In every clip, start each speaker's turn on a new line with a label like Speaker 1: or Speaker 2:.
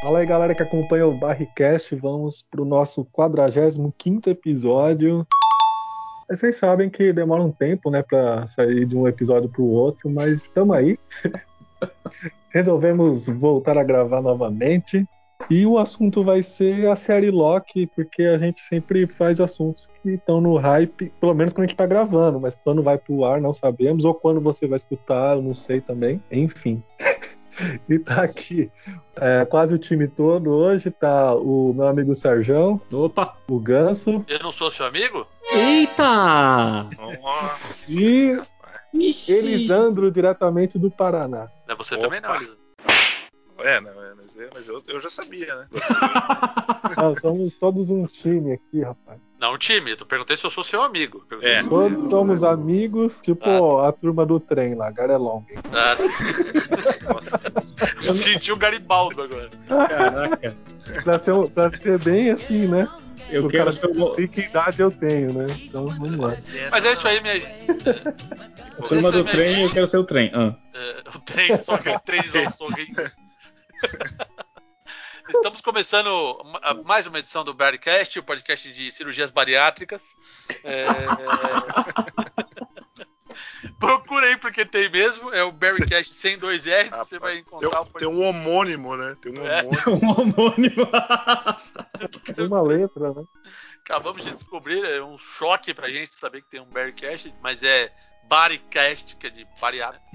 Speaker 1: Fala aí, galera que acompanha o Barricast. Vamos pro nosso 45 episódio. Vocês sabem que demora um tempo, né, pra sair de um episódio pro outro, mas estamos aí. Resolvemos voltar a gravar novamente. E o assunto vai ser a série Loki, porque a gente sempre faz assuntos que estão no hype, pelo menos quando a gente tá gravando, mas quando vai pro ar não sabemos, ou quando você vai escutar, eu não sei também. Enfim. E tá aqui é, quase o time todo hoje. Tá o meu amigo Sarjão,
Speaker 2: Opa!
Speaker 1: o Ganso
Speaker 3: Eu não sou seu amigo?
Speaker 2: Eita!
Speaker 4: Nossa,
Speaker 1: e
Speaker 2: Ixi.
Speaker 1: Elisandro, diretamente do Paraná.
Speaker 3: Não, você
Speaker 4: Opa.
Speaker 3: também não, Elisandro.
Speaker 4: é, não, é, mas, eu, mas eu, eu já sabia, né?
Speaker 1: Nós somos todos um time aqui, rapaz.
Speaker 3: Não, um time, eu perguntei se eu sou seu amigo. Perguntei
Speaker 4: É.
Speaker 3: se-
Speaker 1: Todos somos amigos, tipo
Speaker 2: Ah.
Speaker 1: a turma do trem lá, Garelong.
Speaker 3: Ah, eu senti o Garibaldo agora.
Speaker 2: Caraca,
Speaker 1: Pra ser, pra ser bem assim, né?
Speaker 2: eu
Speaker 1: O
Speaker 2: quero
Speaker 1: cara
Speaker 2: ser o
Speaker 1: E que idade eu tenho, né? Então vamos lá.
Speaker 3: Mas é isso aí, minha gente.
Speaker 2: a turma do
Speaker 3: Você
Speaker 2: trem, eu quero ser o trem. Ah.
Speaker 3: É, o trem sorri, três sorrindo. Estamos começando ma- mais uma edição do Barcast, o podcast de cirurgias bariátricas. É... Procura aí porque tem mesmo, é o Barrycast sem dois R's, você vai
Speaker 4: Ah, Tem,
Speaker 3: encontrar o
Speaker 4: tem um homônimo, né? Tem um
Speaker 3: É.
Speaker 4: homônimo.
Speaker 2: Um homônimo.
Speaker 1: Uma letra, né?
Speaker 3: Acabamos de descobrir, é um choque pra gente saber que tem um Bearcast, mas é Baricast, que é de bariátrica.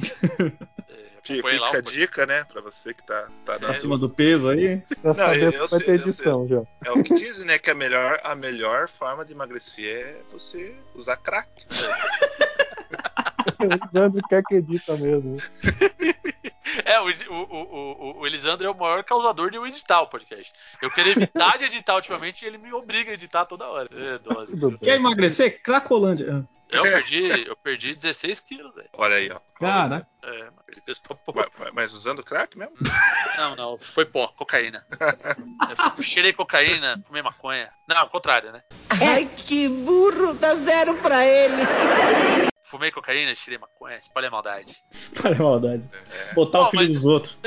Speaker 3: É,
Speaker 4: Fica,
Speaker 3: acompanha lá
Speaker 4: fica a
Speaker 3: o- É.
Speaker 4: dica, né? Pra você que tá, tá na.
Speaker 2: Acima do peso aí.
Speaker 1: Pra saber
Speaker 4: eu-
Speaker 1: se
Speaker 4: eu
Speaker 1: vai
Speaker 4: sei,
Speaker 1: ter
Speaker 4: eu sei.
Speaker 1: edição, já.
Speaker 4: É o que dizem, né? Que a melhor, a melhor forma de emagrecer é você usar crack.
Speaker 1: O Elisandro quer que edita mesmo.
Speaker 3: É, o, o- o- o- o Elisandro é o maior causador de eu editar o podcast. Eu quero evitar de editar ultimamente e ele me obriga a editar toda hora. É, dose.
Speaker 1: Tudo
Speaker 2: Quer
Speaker 1: bem.
Speaker 2: emagrecer? Cracolândia. Ah.
Speaker 3: Eu perdi, eu perdi 16 quilos, velho.
Speaker 4: Olha aí, ó.
Speaker 2: Caraca.
Speaker 3: É, mas ele fez pra pouco.
Speaker 4: Mas, mas- mas usando crack mesmo?
Speaker 3: Não, não, foi pó, cocaína. Eu cheirei cocaína, fumei maconha. Não, ao contrário, né?
Speaker 5: Ai, que burro! Dá zero pra ele!
Speaker 3: Fumei cocaína, cheirei maconha, espalha maldade.
Speaker 2: Espalha maldade.
Speaker 4: É.
Speaker 2: Botar
Speaker 3: Bom,
Speaker 2: o filho
Speaker 3: mas-
Speaker 2: dos outros.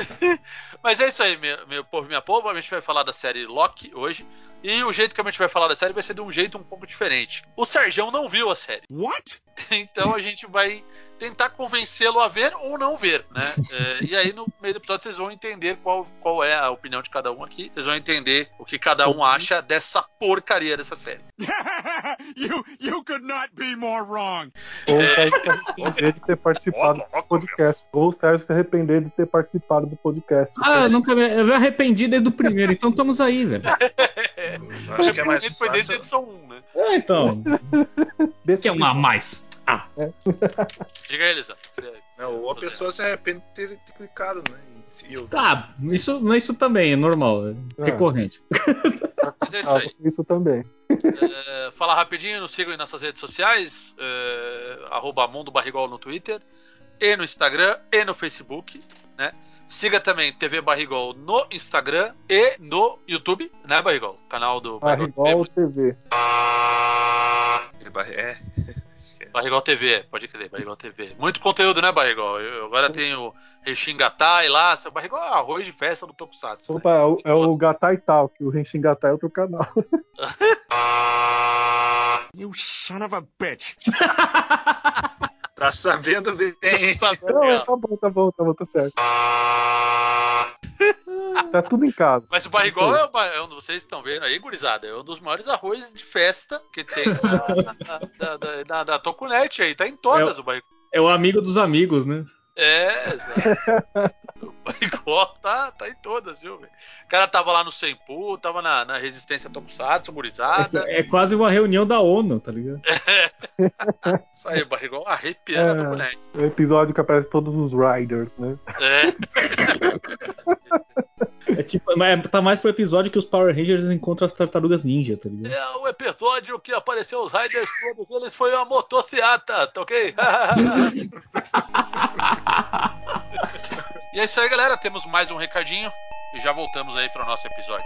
Speaker 3: Mas é isso aí, meu, meu povo e minha povo. A gente vai falar da série Loki hoje. E o jeito que a gente vai falar da série vai ser de um jeito um pouco diferente. O Serjão não viu a série.
Speaker 2: What?
Speaker 3: Então a gente vai tentar convencê-lo a ver ou não ver, né? É, e aí no meio do episódio vocês vão entender qual, qual é a opinião de cada um aqui. Vocês vão entender o que cada
Speaker 4: Uhum.
Speaker 3: um acha dessa porcaria dessa série.
Speaker 6: you you could not be more wrong.
Speaker 1: Ou o Sérgio se arrepender de ter participado desse podcast. Ou o Sérgio se arrepender de ter participado do podcast.
Speaker 2: Ah, eu nunca me... eu me arrependi desde o primeiro, então estamos aí, velho.
Speaker 4: Eu Acho
Speaker 3: Tipo,
Speaker 4: que é mais
Speaker 3: Hum. foi desde a
Speaker 4: fácil.
Speaker 3: edição 1, né?
Speaker 2: Ah, então.
Speaker 1: Desse
Speaker 2: Que é uma a mais. Ah,
Speaker 3: Diga aí, Elisandro. Você- é-
Speaker 4: Não, né? ou a pessoa se arrepende de ter ter clicado, né? E eu,
Speaker 2: tá. Isso, mas isso também é normal, é
Speaker 1: Ah.
Speaker 2: recorrente.
Speaker 3: Mas é isso
Speaker 1: Ah,
Speaker 3: aí.
Speaker 1: isso também.
Speaker 3: É, falar rapidinho, nos sigam em nossas redes sociais, é, arroba Mundo Barrigol no Twitter, e no Instagram, e no Facebook, né? Siga também TV Barrigol no Instagram e no YouTube, né, Barrigol? Canal do
Speaker 1: Barrigol TV.
Speaker 4: é,
Speaker 3: Barrigol TV, pode crer, Barrigol TV. Muito conteúdo, né, Barrigol? Eu, agora tenho Rexingatai lá, seu Barrigol é arroz de festa do Tokusatsu. né?
Speaker 1: Opa, é o, é o Gatai Talk, o Renshin Gatai é outro canal.
Speaker 6: You son of a bitch.
Speaker 4: tá sabendo bem.
Speaker 3: Tá bom,
Speaker 1: Não, é,
Speaker 3: legal.
Speaker 1: tá bom, tá bom, tá bom, tá certo. Tá tudo em casa.
Speaker 3: Mas o Barrigol é, uma, é um, vocês estão vendo aí, gurizada, é um dos maiores arroz de festa que tem na, na, na, na- na Tokunet aí, tá em todas o Barrigol.
Speaker 2: É o amigo dos amigos, né?
Speaker 3: É, exato. o Barrigol tá, tá em todas, viu, velho? O cara tava lá no Senpu, tava na, na Resistência Tokusatsu, gurizada,
Speaker 2: É quase uma reunião da ONU, tá ligado?
Speaker 3: saiu o Barrigol arrepiando
Speaker 1: É.
Speaker 3: a Tokunet.
Speaker 1: É o episódio que aparece todos os Riders, né?
Speaker 3: É.
Speaker 2: É tipo, mas tá mais pro episódio que os Power Rangers encontram as tartarugas ninja, tá ligado?
Speaker 3: É o episódio que apareceu os Riders, todos eles foi uma motociata, tá ok? e é isso aí, galera. Temos mais um recadinho e já voltamos aí para o nosso episódio.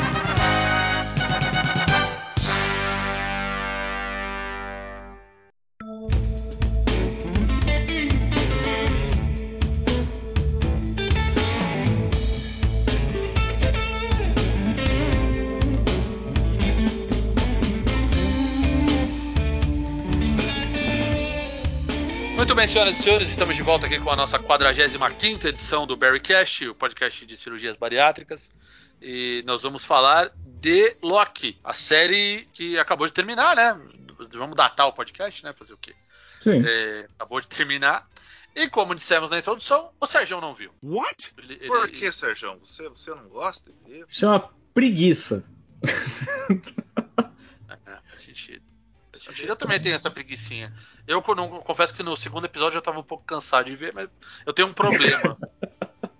Speaker 3: Muito bem, senhoras e senhores, estamos de volta aqui com a nossa 45 edição do Barry Cash, o podcast de cirurgias bariátricas. E nós vamos falar de Loki, a série que acabou de terminar, né? Vamos datar o podcast, né? Fazer o quê?
Speaker 1: Sim.
Speaker 3: É, acabou de terminar. E como dissemos na introdução, o Sérgio não viu.
Speaker 6: What?
Speaker 3: Ele- ele-
Speaker 4: Por que, Sérgio? Você, você não gosta? de ver?
Speaker 2: Chama preguiça.
Speaker 3: É, faz sentido. Faz sentido. Eu também tenho essa preguiçinha. Eu, quando- eu confesso que no segundo episódio eu tava um pouco cansado de ver, mas eu tenho um problema.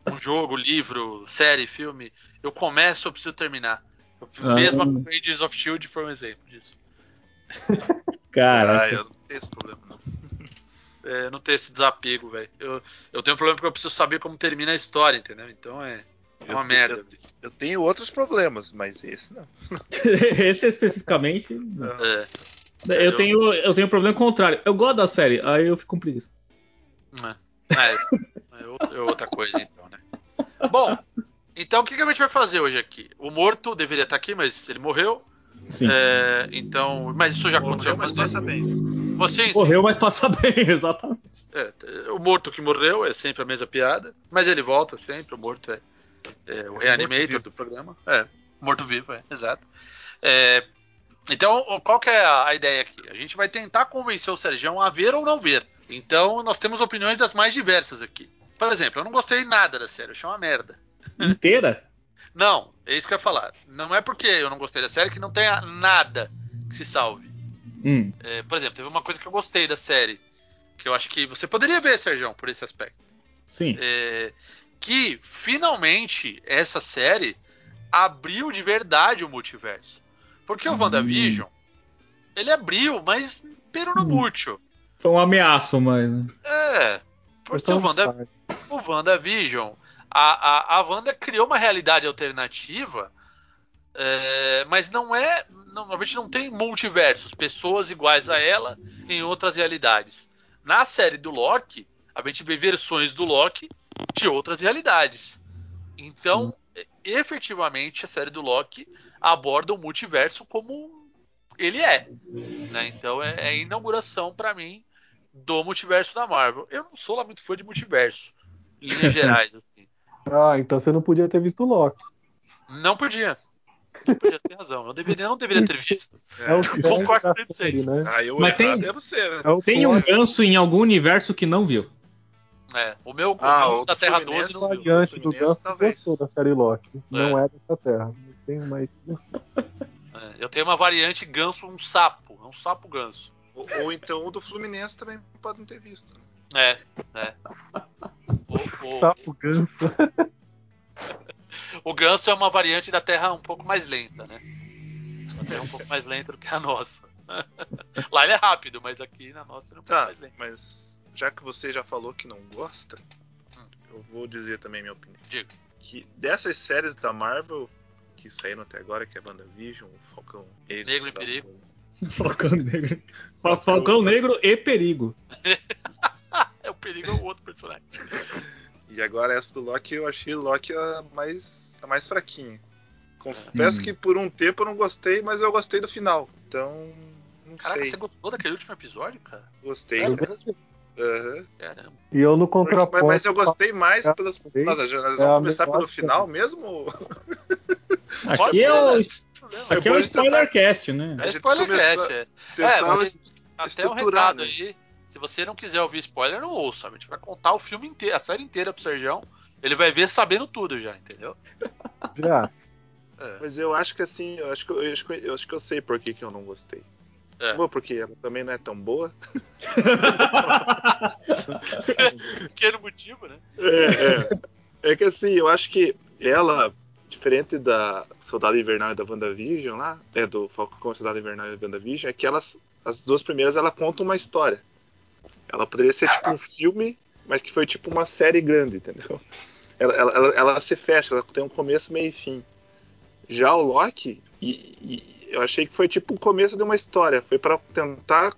Speaker 3: um jogo, livro, série, filme, eu começo, eu preciso terminar. Eu,
Speaker 2: Ah.
Speaker 3: Mesmo com Agents of Shield foi um exemplo disso.
Speaker 2: Cara,
Speaker 4: Ah, eu não tenho esse problema, não.
Speaker 3: É, não ter esse desapego, velho. Eu, eu tenho um problema porque eu preciso saber como termina a história, entendeu? Então é, é uma
Speaker 4: Eu te-
Speaker 3: merda.
Speaker 4: Eu, eu tenho outros problemas, mas esse não.
Speaker 2: esse especificamente.
Speaker 3: É,
Speaker 2: Eu tenho, eu tenho um problema contrário. Eu gosto da série, aí eu fico com preguiça.
Speaker 3: é, é, ou- é outra coisa, então, né? Bom, então o que, que a gente vai fazer hoje aqui? O morto deveria estar aqui, mas ele morreu.
Speaker 2: Sim.
Speaker 3: É, então, mas isso já aconteceu.
Speaker 4: mas
Speaker 3: mas
Speaker 4: passa bem.
Speaker 3: você,
Speaker 2: Morreu, mas passa bem, exatamente.
Speaker 3: é, o morto que morreu é sempre a mesma piada, mas ele volta sempre. O morto é, é o reanimator do programa. É, morto vivo, é, exato. É, então, o- qual que é a a ideia aqui? A gente vai tentar convencer o Sergião a ver ou não ver. Então, nós temos opiniões das mais diversas aqui. Por exemplo, eu não gostei nada da série, eu achei uma merda.
Speaker 2: Inteira?
Speaker 3: Não, é isso que eu ia falar. Não é porque eu não gostei da série que não tenha nada que se salve.
Speaker 2: Hum.
Speaker 3: É, por exemplo, teve uma coisa que eu gostei da série, que eu acho que você poderia ver, Sérgio, por esse aspecto.
Speaker 2: Sim.
Speaker 3: É, que finalmente essa série abriu de verdade o multiverso. Porque o WandaVision, ele abriu, mas pero no
Speaker 2: Hum.
Speaker 3: múltiplo.
Speaker 2: Foi um ameaço, mas.
Speaker 3: É. Porque o, Wanda, o WandaVision, a, a, a Wanda criou uma realidade alternativa, é, mas não é. Não, a gente não tem multiversos, pessoas iguais a ela em outras realidades. Na série do Loki, a gente vê versões do Loki de outras realidades. Então, e- efetivamente, a série do Loki aborda o multiverso como ele é. né? Então, é, é a inauguração, pra mim, do multiverso da Marvel. Eu não sou lá muito fã de multiverso, em linhas gerais, assim.
Speaker 1: Ah, então você não podia ter visto o Loki.
Speaker 3: Não podia. Não podia ter razão. Eu deveria, não deveria ter visto.
Speaker 1: É o
Speaker 4: É.
Speaker 1: cerne
Speaker 3: Concordo
Speaker 1: da
Speaker 3: sempre com
Speaker 1: série,
Speaker 3: vocês.
Speaker 1: né?
Speaker 4: Ah, eu
Speaker 2: Mas
Speaker 4: errado
Speaker 2: tem-
Speaker 4: é você, né?
Speaker 1: É o
Speaker 2: Tem um
Speaker 1: plot
Speaker 2: ganso em algum universo que não viu.
Speaker 3: É, o meu
Speaker 4: Ah,
Speaker 3: o
Speaker 4: o
Speaker 3: da Terra 12
Speaker 4: Fluminense
Speaker 3: não viu.
Speaker 1: variante do
Speaker 4: Fluminense,
Speaker 1: ganso que
Speaker 4: talvez.
Speaker 1: gostou da série Loki. Não é dessa terra. Tem uma aí que gostou.
Speaker 3: É, eu tenho uma variante ganso, um sapo. É um sapo ganso.
Speaker 4: Ou, ou então o do Fluminense também pode não ter visto.
Speaker 3: É,
Speaker 4: né?
Speaker 3: é. O, o-
Speaker 1: Sapo ganso.
Speaker 3: o ganso é uma variante da Terra um pouco mais lenta, né? A Terra é um pouco mais lenta do que a nossa. Lá ele é rápido, mas aqui na nossa ele é um pouco
Speaker 4: Tá,
Speaker 3: mais lento.
Speaker 4: mas já que você já falou que não gosta, eu vou dizer também minha opinião.
Speaker 3: Hum. Diga.
Speaker 4: Que dessas séries da Marvel que saíram até agora, que é WandaVision, o Falcão
Speaker 3: Negro em
Speaker 4: sei lá,
Speaker 3: Perigo.
Speaker 2: Falcão Negro. Fa- Falcão Negro e Perigo.
Speaker 3: É o perigo é o outro personagem.
Speaker 4: E agora essa do Loki, eu achei Loki a mais, a mais fraquinha. Confesso
Speaker 2: Hum.
Speaker 4: que por um tempo eu não gostei, mas eu gostei do final. Então, não
Speaker 3: Caraca,
Speaker 4: sei.
Speaker 3: você gostou daquele último episódio, cara?
Speaker 4: Gostei.
Speaker 3: Sério mesmo?
Speaker 4: Aham.
Speaker 3: Caramba.
Speaker 1: E eu no
Speaker 4: Porque- mas-
Speaker 1: contraponto.
Speaker 4: mas eu gostei mais
Speaker 1: Falcão
Speaker 4: pelas.
Speaker 1: fez,
Speaker 4: Nossa, nós
Speaker 1: é a
Speaker 4: vamos começar pelo
Speaker 1: melhor
Speaker 4: final mesmo?
Speaker 3: Pode
Speaker 2: Aqui
Speaker 3: ser,
Speaker 2: é o,
Speaker 3: né? Não lembro.
Speaker 2: aqui é o
Speaker 4: Pode tentar.
Speaker 2: Spoilercast, né?
Speaker 4: A
Speaker 3: É
Speaker 4: gente
Speaker 3: spoiler
Speaker 4: começou-
Speaker 3: cast, é. É,
Speaker 4: Tentar
Speaker 3: mas até o
Speaker 4: estruturar,
Speaker 3: recado
Speaker 4: né?
Speaker 3: aí. Se você não quiser ouvir spoiler, não ouça. A gente vai contar o filme inteiro, a série inteira pro Sergião. Ele vai ver sabendo tudo já, entendeu?
Speaker 1: Já.
Speaker 3: É.
Speaker 4: Mas eu acho que assim, eu acho que eu, acho que- eu acho que eu sei por que, que eu não gostei.
Speaker 3: É.
Speaker 4: Boa, porque ela também não é tão boa.
Speaker 3: Pequeno motivo, né?
Speaker 4: É, é. É que assim, eu acho que ela, diferente da Soldado Invernal e da WandaVision lá, é do Falcão Soldado Invernal e WandaVision, é que elas, as duas primeiras, ela conta uma história. Ela poderia ser tipo um filme, mas que foi tipo uma série grande, entendeu? Ela, ela, ela- ela se fecha, ela tem um começo, meio e fim. Já o Loki, e- e eu achei que foi tipo o começo de uma história, foi para tentar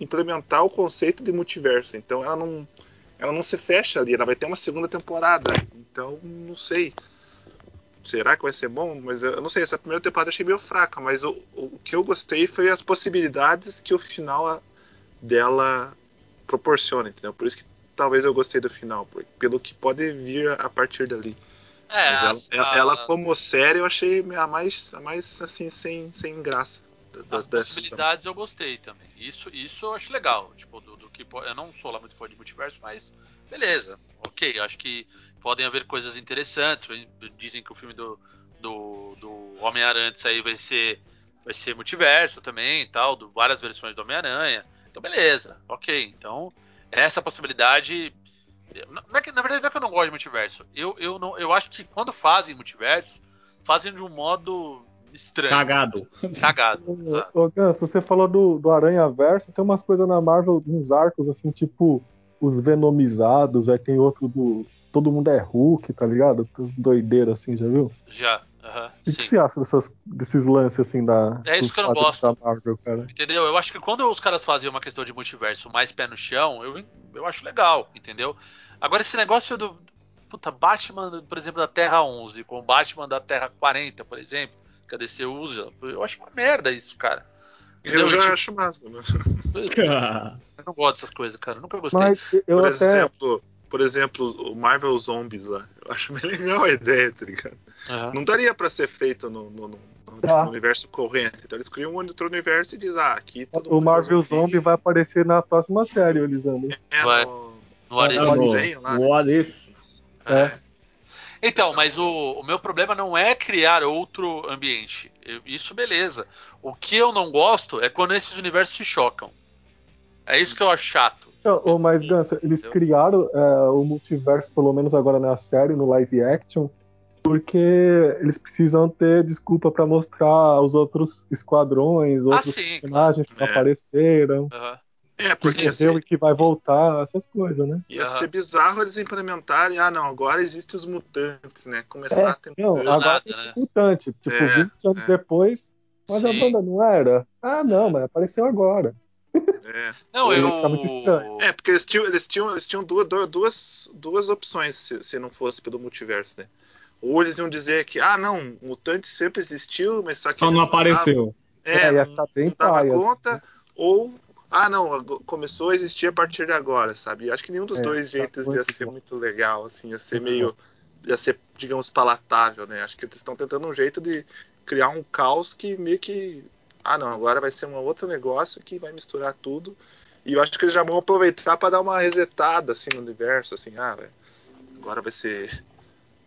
Speaker 4: implementar o conceito de multiverso. Então ela não ela não se fecha ali, ela vai ter uma segunda temporada. Então, não sei. Será que vai ser bom? Mas eu eu não sei, essa primeira temporada eu achei meio fraca, mas o, o que eu gostei foi as possibilidades que o final a- dela proporciona, entendeu? Por isso que talvez eu gostei do final, por- pelo que pode vir a- a partir dali.
Speaker 3: É,
Speaker 4: mas ela,
Speaker 3: a-
Speaker 4: ela-
Speaker 3: a-
Speaker 4: ela como série, eu achei a mais, a mais assim, sem, sem graça. da-
Speaker 3: As
Speaker 4: da- dessa-
Speaker 3: possibilidades eu gostei também. Isso, isso eu acho legal. Tipo, do, do que po- eu não sou lá muito fã de multiverso, mas beleza. Ok, eu acho que podem haver coisas interessantes. Dizem que o filme do, do, do Homem-Aranha antes aí vai ser vai ser multiverso também e tal, do, várias versões do Homem-Aranha. Então beleza, ok. Então essa possibilidade eu- não é que, na verdade não é que eu não gosto de multiverso. Eu, eu, não, eu acho que quando fazem multiverso, fazem de um modo estranho.
Speaker 2: Cagado.
Speaker 3: Cagado. exato.
Speaker 1: Ô, ô, Ganso, você falou do, do Aranha Verso, tem umas coisas na Marvel, uns arcos assim, tipo os Venomizados, aí tem outro do Todo Mundo é Hulk, tá ligado? As doideiras assim, já viu?
Speaker 3: Já, aham,
Speaker 1: O que, que
Speaker 3: sim.
Speaker 1: você acha dessas- desses lances assim da.
Speaker 3: É isso
Speaker 1: dos
Speaker 3: que eu não
Speaker 1: quadrinhos
Speaker 3: gosto.
Speaker 1: Da Marvel, cara?
Speaker 3: Entendeu? Eu acho que quando os caras fazem uma questão de multiverso mais pé no chão, eu, eu acho legal, entendeu? Agora esse negócio do. Puta, Batman, por exemplo, da Terra 11 com o Batman da Terra 40, por exemplo, que a DC usa, eu acho uma merda isso, cara.
Speaker 4: Eu já
Speaker 3: Entendeu? Tipo,
Speaker 4: acho massa, né? mas...
Speaker 3: Eu não gosto dessas coisas, cara. Eu nunca gostei.
Speaker 1: Mas eu
Speaker 4: Por
Speaker 1: até.
Speaker 4: exemplo, por exemplo, o Marvel Zombies lá. Eu acho bem legal a ideia, tá ligado?
Speaker 3: Aham.
Speaker 4: Não daria pra ser feito no, no- no- no-
Speaker 1: Tá.
Speaker 4: no universo corrente. Então eles criam um outro universo e diz, ah, aqui todo
Speaker 1: O
Speaker 4: mundo
Speaker 1: Marvel
Speaker 4: é
Speaker 1: Zombie vai aparecer na próxima série, Elisandro.
Speaker 4: É,
Speaker 3: Vai.
Speaker 4: no-
Speaker 3: No What If.
Speaker 1: Ah, não.
Speaker 4: desenho lá, né?
Speaker 2: What if?
Speaker 1: É.
Speaker 3: Então, mas o, o meu problema não é criar outro ambiente. Eu- isso, beleza. O que eu não gosto é quando esses universos se chocam. É isso que eu acho chato.
Speaker 1: Então, ô, mas, Ganso, eles
Speaker 3: Entendeu?
Speaker 1: criaram é, o multiverso, pelo menos agora na série, no live action, porque eles precisam ter desculpa pra mostrar os outros esquadrões,
Speaker 3: Ah,
Speaker 1: outros
Speaker 3: sim.
Speaker 1: personagens que
Speaker 4: É.
Speaker 1: apareceram,
Speaker 3: Aham.
Speaker 4: É,
Speaker 1: que
Speaker 4: porque ia
Speaker 1: morreu e
Speaker 4: ser,
Speaker 1: que vai voltar, essas coisas, né?
Speaker 4: ia
Speaker 3: Aham.
Speaker 4: ser bizarro eles implementarem, ah não, agora existem os mutantes, né? Começar a tentar.
Speaker 1: É, Não,
Speaker 3: Não,
Speaker 1: agora
Speaker 3: nada,
Speaker 1: tem esse
Speaker 3: né?
Speaker 1: mutante, tipo,
Speaker 4: É,
Speaker 1: 20 anos
Speaker 4: é.
Speaker 1: depois, mas a
Speaker 3: Sim.
Speaker 1: banda não era? Ah, não, mas apareceu agora.
Speaker 4: É.
Speaker 3: Não, eu.
Speaker 1: Tá muito estranho.
Speaker 4: É, porque eles tinham, eles tinham, eles tinham duas, duas- duas, duas opções se, se não fosse pelo multiverso, né? Ou eles iam dizer que, ah, não, o mutante sempre existiu, mas só que.
Speaker 2: Só
Speaker 4: ele
Speaker 2: não
Speaker 4: dava-
Speaker 2: apareceu.
Speaker 4: É,
Speaker 1: É, ia
Speaker 4: não-
Speaker 1: ficar bem
Speaker 4: não dava
Speaker 1: paia. né?
Speaker 4: conta, ou, ah, não, ag- começou a existir a partir de agora, sabe? Eu Acho que nenhum dos
Speaker 1: É,
Speaker 4: dois
Speaker 1: tá
Speaker 4: jeitos ia
Speaker 1: muito
Speaker 4: ser
Speaker 1: bom.
Speaker 4: muito legal, assim, ia ser
Speaker 1: Muito
Speaker 4: meio, ia ser, digamos, palatável, né? Acho que eles estão tentando um jeito de criar um caos que meio que, ah, não, agora vai ser um outro negócio que vai misturar tudo, e eu acho que eles já vão aproveitar para dar uma resetada, assim, no universo, assim, ah, vai- agora vai ser...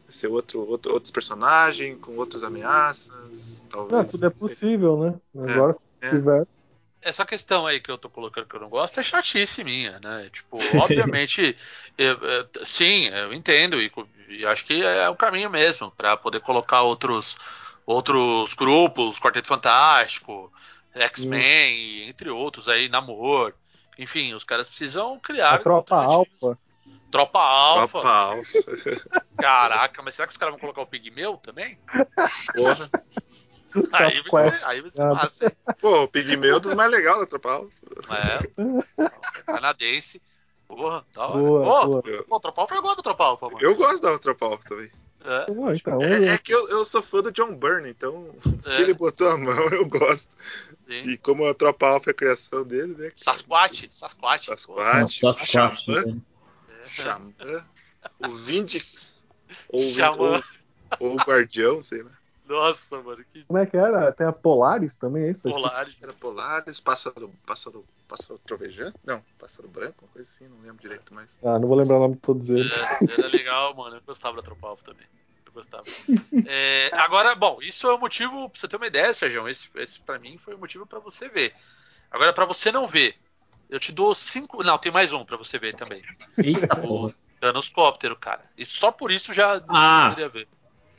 Speaker 4: vai ser outro, outro, outros personagens, com outras ameaças, talvez.
Speaker 1: Não, tudo é
Speaker 4: não sei.
Speaker 1: possível, né? Agora,
Speaker 4: É.
Speaker 1: se tiver.
Speaker 3: Essa questão aí que eu tô colocando que eu não gosto é chatice minha, né? Tipo, obviamente, eu- eu- sim, eu entendo e, co- e acho que é um caminho mesmo pra poder colocar outros outros grupos, Quarteto Fantástico, X-Men, e entre outros aí, Namor. Enfim, os caras precisam criar.
Speaker 1: A tropa
Speaker 4: é
Speaker 3: alternativas.
Speaker 1: alfa.
Speaker 3: Tropa Alfa.
Speaker 4: Opa, alfa.
Speaker 3: Caraca, mas será que os caras vão colocar o Pigmeu também?
Speaker 4: Porra.
Speaker 3: Aí vai ser, aí vai ser
Speaker 1: Nada.
Speaker 3: massa, hein?
Speaker 4: Pô, o Pigmeu é um dos mais legais da Tropa Alfa.
Speaker 3: É. Canadense. Porra, da hora.
Speaker 1: Boa,
Speaker 3: Pô,
Speaker 1: boa.
Speaker 3: Pô, Tropa Alfa, eu gosto do Tropa Alfa, mano.
Speaker 4: Eu gosto da Tropa Alfa também.
Speaker 3: É,
Speaker 1: Pô, então,
Speaker 4: É, é que eu, eu sou fã do John Byrne, então o que ele
Speaker 3: é,
Speaker 4: botou a mão eu gosto.
Speaker 3: sim.
Speaker 4: E como a Tropa Alfa é a criação dele, né?
Speaker 3: Sasquatch, Sasquatch.
Speaker 4: Sasquatch,
Speaker 2: Nossa, Sasquatch,
Speaker 4: Xamã,
Speaker 2: né?
Speaker 3: É.
Speaker 4: Xamã, o Vindix, ou, o Vin-
Speaker 3: Xamã.
Speaker 4: ou, ou o Guardião, sei lá.
Speaker 3: Nossa, mano, que
Speaker 1: Como é que era? Tem a Polaris também, é isso? Eu esqueci.
Speaker 3: polar.
Speaker 4: Era Polaris, Pássaro, pássaro, pássaro Trovejante? Não, Pássaro Branco, uma coisa assim, não lembro direito mais.
Speaker 1: Ah, não vou lembrar o nome de todos eles.
Speaker 3: É, era legal, mano. Eu gostava da Tropa Alfa também. Eu gostava. É, agora, bom, isso é o motivo, pra você ter uma ideia, Sérgio, esse, esse pra mim foi o motivo pra você ver. Agora, pra você não ver, eu te dou cinco. Não, tem mais um pra você ver também.
Speaker 2: Eita
Speaker 3: O
Speaker 2: porra.
Speaker 3: Thanos Cóptero, cara. E só por isso já
Speaker 2: Ah.
Speaker 3: poderia ver.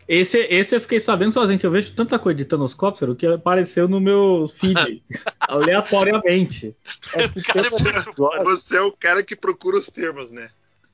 Speaker 2: Esse, esse eu fiquei sabendo sozinho, que eu vejo tanta coisa de Thanoscóptero que apareceu no meu feed, aleatoriamente. É porque
Speaker 3: Cara, é
Speaker 2: eu-
Speaker 3: muito
Speaker 4: Você é o cara que procura os termos, né?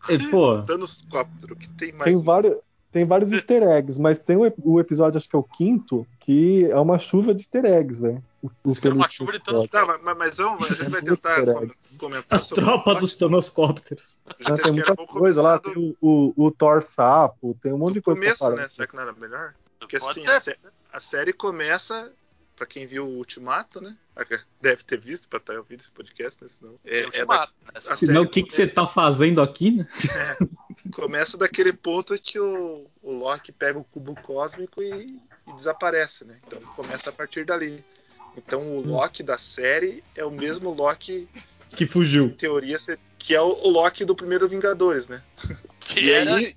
Speaker 4: Tá
Speaker 2: e, pô,
Speaker 4: Thanos Cóptero, que tem mais.
Speaker 1: Tem vários, tem vários easter eggs, mas tem o, ep- o episódio, acho que é o quinto, que é uma chuva de easter eggs, velho. O- o
Speaker 3: Isso é uma
Speaker 1: penúltimo
Speaker 3: chuva de
Speaker 1: episódio.
Speaker 4: Tá, mas, mas- mas vamos, a gente vai tentar
Speaker 1: Muito
Speaker 4: com-
Speaker 2: a
Speaker 4: comentar sobre.
Speaker 2: tropa
Speaker 4: o
Speaker 2: dos Thanoscópteros.
Speaker 4: plot.
Speaker 1: Né, Tem
Speaker 4: Acho que era um
Speaker 1: muita
Speaker 4: bom
Speaker 1: coisa lá,
Speaker 4: começar
Speaker 1: tem
Speaker 4: do,
Speaker 1: o, o, o Thor Sapo, tem um monte
Speaker 4: do
Speaker 1: de coisa pra
Speaker 4: começo,
Speaker 1: falar.
Speaker 4: né? Será que não era melhor? Porque
Speaker 3: Pode
Speaker 4: assim,
Speaker 3: ser.
Speaker 4: a, sé- a série começa, pra quem viu o Ultimato, né? Deve ter visto pra estar ouvindo esse podcast, né? Senão...
Speaker 3: É,
Speaker 4: É, é da-
Speaker 3: ultimato, né?
Speaker 4: a série
Speaker 2: Senão, o que, que você tá fazendo aqui, né?
Speaker 4: Começa daquele ponto que o, o Loki pega o cubo cósmico e, e desaparece, né? Então começa a partir dali. Então o
Speaker 1: Hum.
Speaker 4: Loki da série é o mesmo Loki,
Speaker 2: Que fugiu.
Speaker 4: em teoria, se- que é o, o Loki do primeiro Vingadores, né?
Speaker 3: Que
Speaker 4: E
Speaker 3: era-
Speaker 4: aí,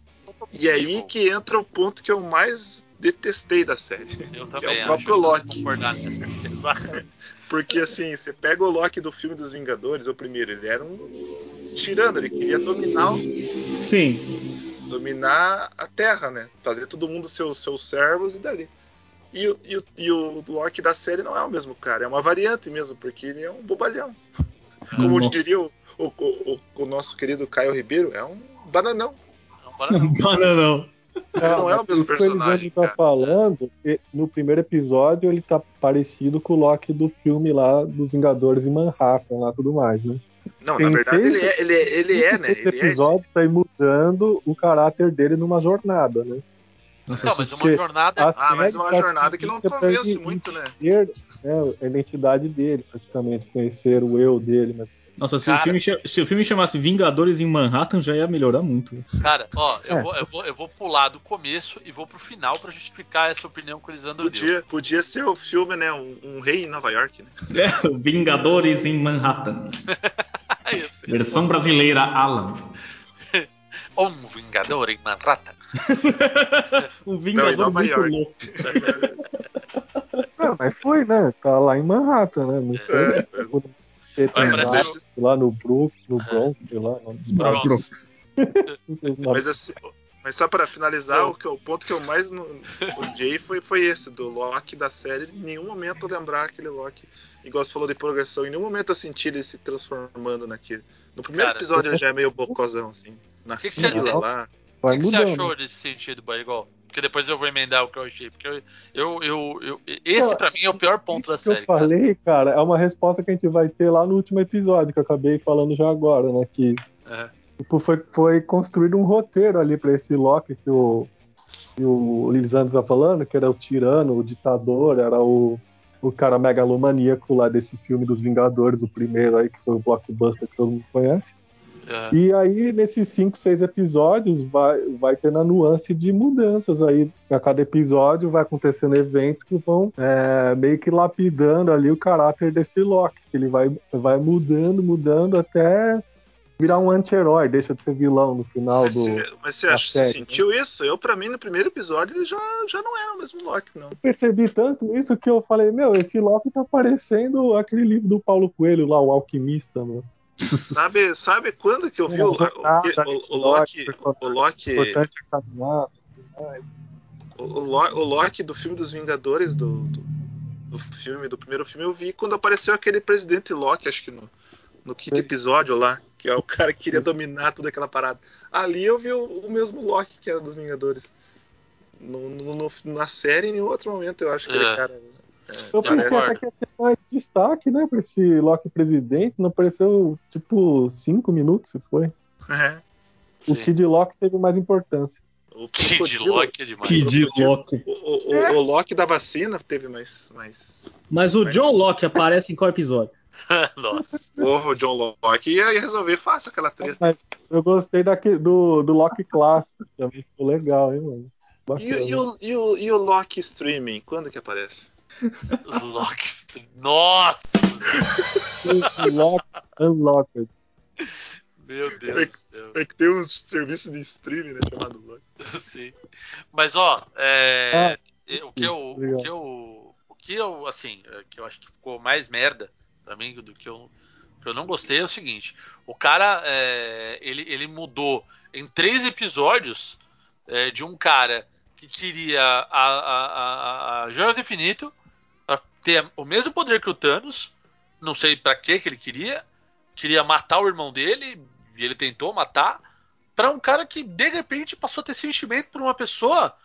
Speaker 4: e é aí que entra o ponto que eu mais detestei da série.
Speaker 3: eu
Speaker 4: que é
Speaker 3: também
Speaker 4: o
Speaker 3: acho.
Speaker 4: próprio Loki.
Speaker 3: Concordar nessa. Exato.
Speaker 4: Porque assim, você pega o Loki do filme dos Vingadores, o primeiro, ele era um tirano, ele queria dominar o
Speaker 2: Sim.
Speaker 4: dominar a Terra, né? Fazer todo mundo seus seus servos e dali. E, o- e, o- e o Loki da série não é o mesmo cara, é uma variante mesmo, porque ele é um bobalhão.
Speaker 1: É um
Speaker 4: Como
Speaker 2: Nossa.
Speaker 4: diria o, o, o, o nosso querido Caio Ribeiro, é um bananão.
Speaker 3: Não, para não.
Speaker 2: Bananão.
Speaker 4: não é o
Speaker 1: mas
Speaker 4: mesmo
Speaker 1: isso que o Elisandro
Speaker 4: personagem,
Speaker 1: tá
Speaker 4: cara.
Speaker 1: falando, e- no primeiro episódio ele tá parecido com o Loki do filme lá dos Vingadores em Manhattan, lá tudo mais, né?
Speaker 4: Não,
Speaker 1: Tem
Speaker 4: na verdade
Speaker 1: seis-
Speaker 4: ele é, ele é, ele é
Speaker 1: Cinco,
Speaker 4: né?
Speaker 1: seis
Speaker 4: Ele é esse-
Speaker 1: episódios pra ir mudando o caráter dele numa jornada, né?
Speaker 2: Nossa,
Speaker 3: Não,
Speaker 2: isso-
Speaker 3: mas é uma
Speaker 1: porque
Speaker 3: jornada.
Speaker 1: a
Speaker 4: Ah, mas
Speaker 1: série
Speaker 4: uma
Speaker 1: tá
Speaker 4: jornada que não
Speaker 1: escrita pra
Speaker 4: convence
Speaker 1: ele
Speaker 4: muito, né?
Speaker 1: Ter né, a identidade dele, praticamente, conhecer o eu dele, mas
Speaker 2: nossa, se,
Speaker 3: Cara.
Speaker 2: o filme, cha- se o filme chamasse Vingadores em Manhattan, já ia melhorar muito.
Speaker 3: Cara, ó, eu,
Speaker 1: É.
Speaker 3: vou, eu, vou, eu vou pular do começo e vou pro final pra justificar essa opinião que o Lisandro deu.
Speaker 4: Podia, podia ser o filme, né? Um, um rei em Nova York, né?
Speaker 2: É, Vingadores em Manhattan.
Speaker 3: É isso.
Speaker 2: Versão brasileira, Alan.
Speaker 3: Um Vingador em Manhattan.
Speaker 2: Um
Speaker 4: Não, em
Speaker 2: Vingador
Speaker 4: Nova
Speaker 2: muito
Speaker 4: York.
Speaker 2: louco.
Speaker 1: Não, mas foi, né? Tá lá em Manhattan, né? Não foi
Speaker 4: É.
Speaker 1: quando você tem
Speaker 3: parece
Speaker 1: lá,
Speaker 4: eu-
Speaker 1: sei lá no Brook, no Bronx, sei lá. Não,
Speaker 2: Bronx.
Speaker 1: não sei se na-
Speaker 4: Mas, assim, mas só pra finalizar, o, que, eu- o ponto que eu mais no- odiei foi, foi esse, do Loki da série. Em nenhum momento lembrar aquele Loki. Igual você falou de progressão, em nenhum momento eu senti ele se transformando naquele. No primeiro
Speaker 3: Cara,
Speaker 4: episódio ele já é meio bocozão, assim. Na
Speaker 3: Que que
Speaker 4: fila
Speaker 1: você-
Speaker 4: lá.
Speaker 3: O
Speaker 1: vai
Speaker 3: que, que você
Speaker 1: mudando.
Speaker 3: achou desse sentido, Barigol? Porque depois eu vou emendar o que eu achei. Porque eu, eu, eu, eu- esse
Speaker 1: Não,
Speaker 3: pra mim é o pior ponto
Speaker 1: Isso
Speaker 3: da
Speaker 1: que
Speaker 3: série.
Speaker 1: eu
Speaker 3: cara.
Speaker 1: falei, cara, é uma resposta que a gente vai ter lá no último episódio, que eu acabei falando já agora, né? Que
Speaker 3: É.
Speaker 1: tipo, foi, foi construído um roteiro ali pra esse Loki que o, que o Lisandro tá falando, que era o tirano, o ditador, era o, o cara megalomaníaco lá desse filme dos Vingadores, o primeiro aí, que foi o blockbuster que todo mundo conhece.
Speaker 3: É.
Speaker 1: E aí, nesses cinco, seis episódios, vai, vai tendo a nuance de mudanças aí. A cada episódio vai acontecendo eventos que vão é, meio que lapidando ali o caráter desse Loki. que Ele vai, vai mudando, mudando até virar um anti-herói, deixa de ser vilão no final
Speaker 4: Mas
Speaker 1: do.
Speaker 4: você, mas você
Speaker 1: da
Speaker 4: acha- você
Speaker 1: série, né?
Speaker 4: sentiu isso? Eu, pra mim, no primeiro episódio ele já, já não era o mesmo Loki, não.
Speaker 1: Percebi tanto isso que eu falei, meu, esse Loki tá parecendo aquele livro do Paulo Coelho lá, o Alquimista, mano.
Speaker 4: Sabe, sabe quando que eu vi o,
Speaker 1: Não,
Speaker 4: o,
Speaker 1: nada,
Speaker 4: o- o Loki. O Loki.
Speaker 1: Importante é caminhar.
Speaker 4: O, o Lo- o Loki do filme dos Vingadores, do, do, do filme, do primeiro filme, eu vi quando apareceu aquele presidente Loki, acho que no, no quinto episódio lá, que é o cara que queria dominar toda aquela parada. Ali eu vi o, o mesmo Loki que era dos Vingadores. No, no- no- na série, em nenhum outro momento, eu acho que
Speaker 3: É.
Speaker 4: ele, cara.
Speaker 1: Eu
Speaker 3: Cara,
Speaker 1: pensei
Speaker 3: concordo.
Speaker 1: até que ia ter mais destaque, né, pra esse Loki presidente. Não apareceu, tipo, cinco minutos, se foi.
Speaker 4: É.
Speaker 1: O
Speaker 3: Sim.
Speaker 1: Kid Loki teve mais importância.
Speaker 4: O
Speaker 3: Kid
Speaker 4: Crocodilo-
Speaker 3: Loki é demais.
Speaker 2: Que de Loki.
Speaker 4: O, o- o- o Loki da vacina teve mais. mais...
Speaker 2: Mas o John Locke aparece em qual episódio?
Speaker 3: Nossa.
Speaker 4: Porra, o John Loki ia, ia resolver fácil aquela treta.
Speaker 1: Mas eu gostei daque- do, do Loki clássico também. Ficou legal, hein, mano.
Speaker 4: E,
Speaker 1: Bacana.
Speaker 4: e o, e, o, e o Loki streaming, quando que aparece?
Speaker 3: Loki. Nossa!
Speaker 1: o Loki Unlocked.
Speaker 3: Meu Deus do céu.
Speaker 4: É que tem um serviço de streaming, né? Chamado Loki.
Speaker 3: Sim. Mas ó, é, o que eu, o
Speaker 1: legal.
Speaker 3: que eu, o que eu, assim, é, que eu acho que ficou mais merda Pra mim, do que eu, que eu não gostei é o seguinte: o cara é, ele, ele mudou em três episódios é, de um cara que queria a, a, a, a Joia do Infinito pra ter o mesmo poder que o Thanos, não sei pra que que ele queria, queria matar o irmão dele, e ele tentou matar, pra um cara que de repente passou a ter sentimento por uma pessoa,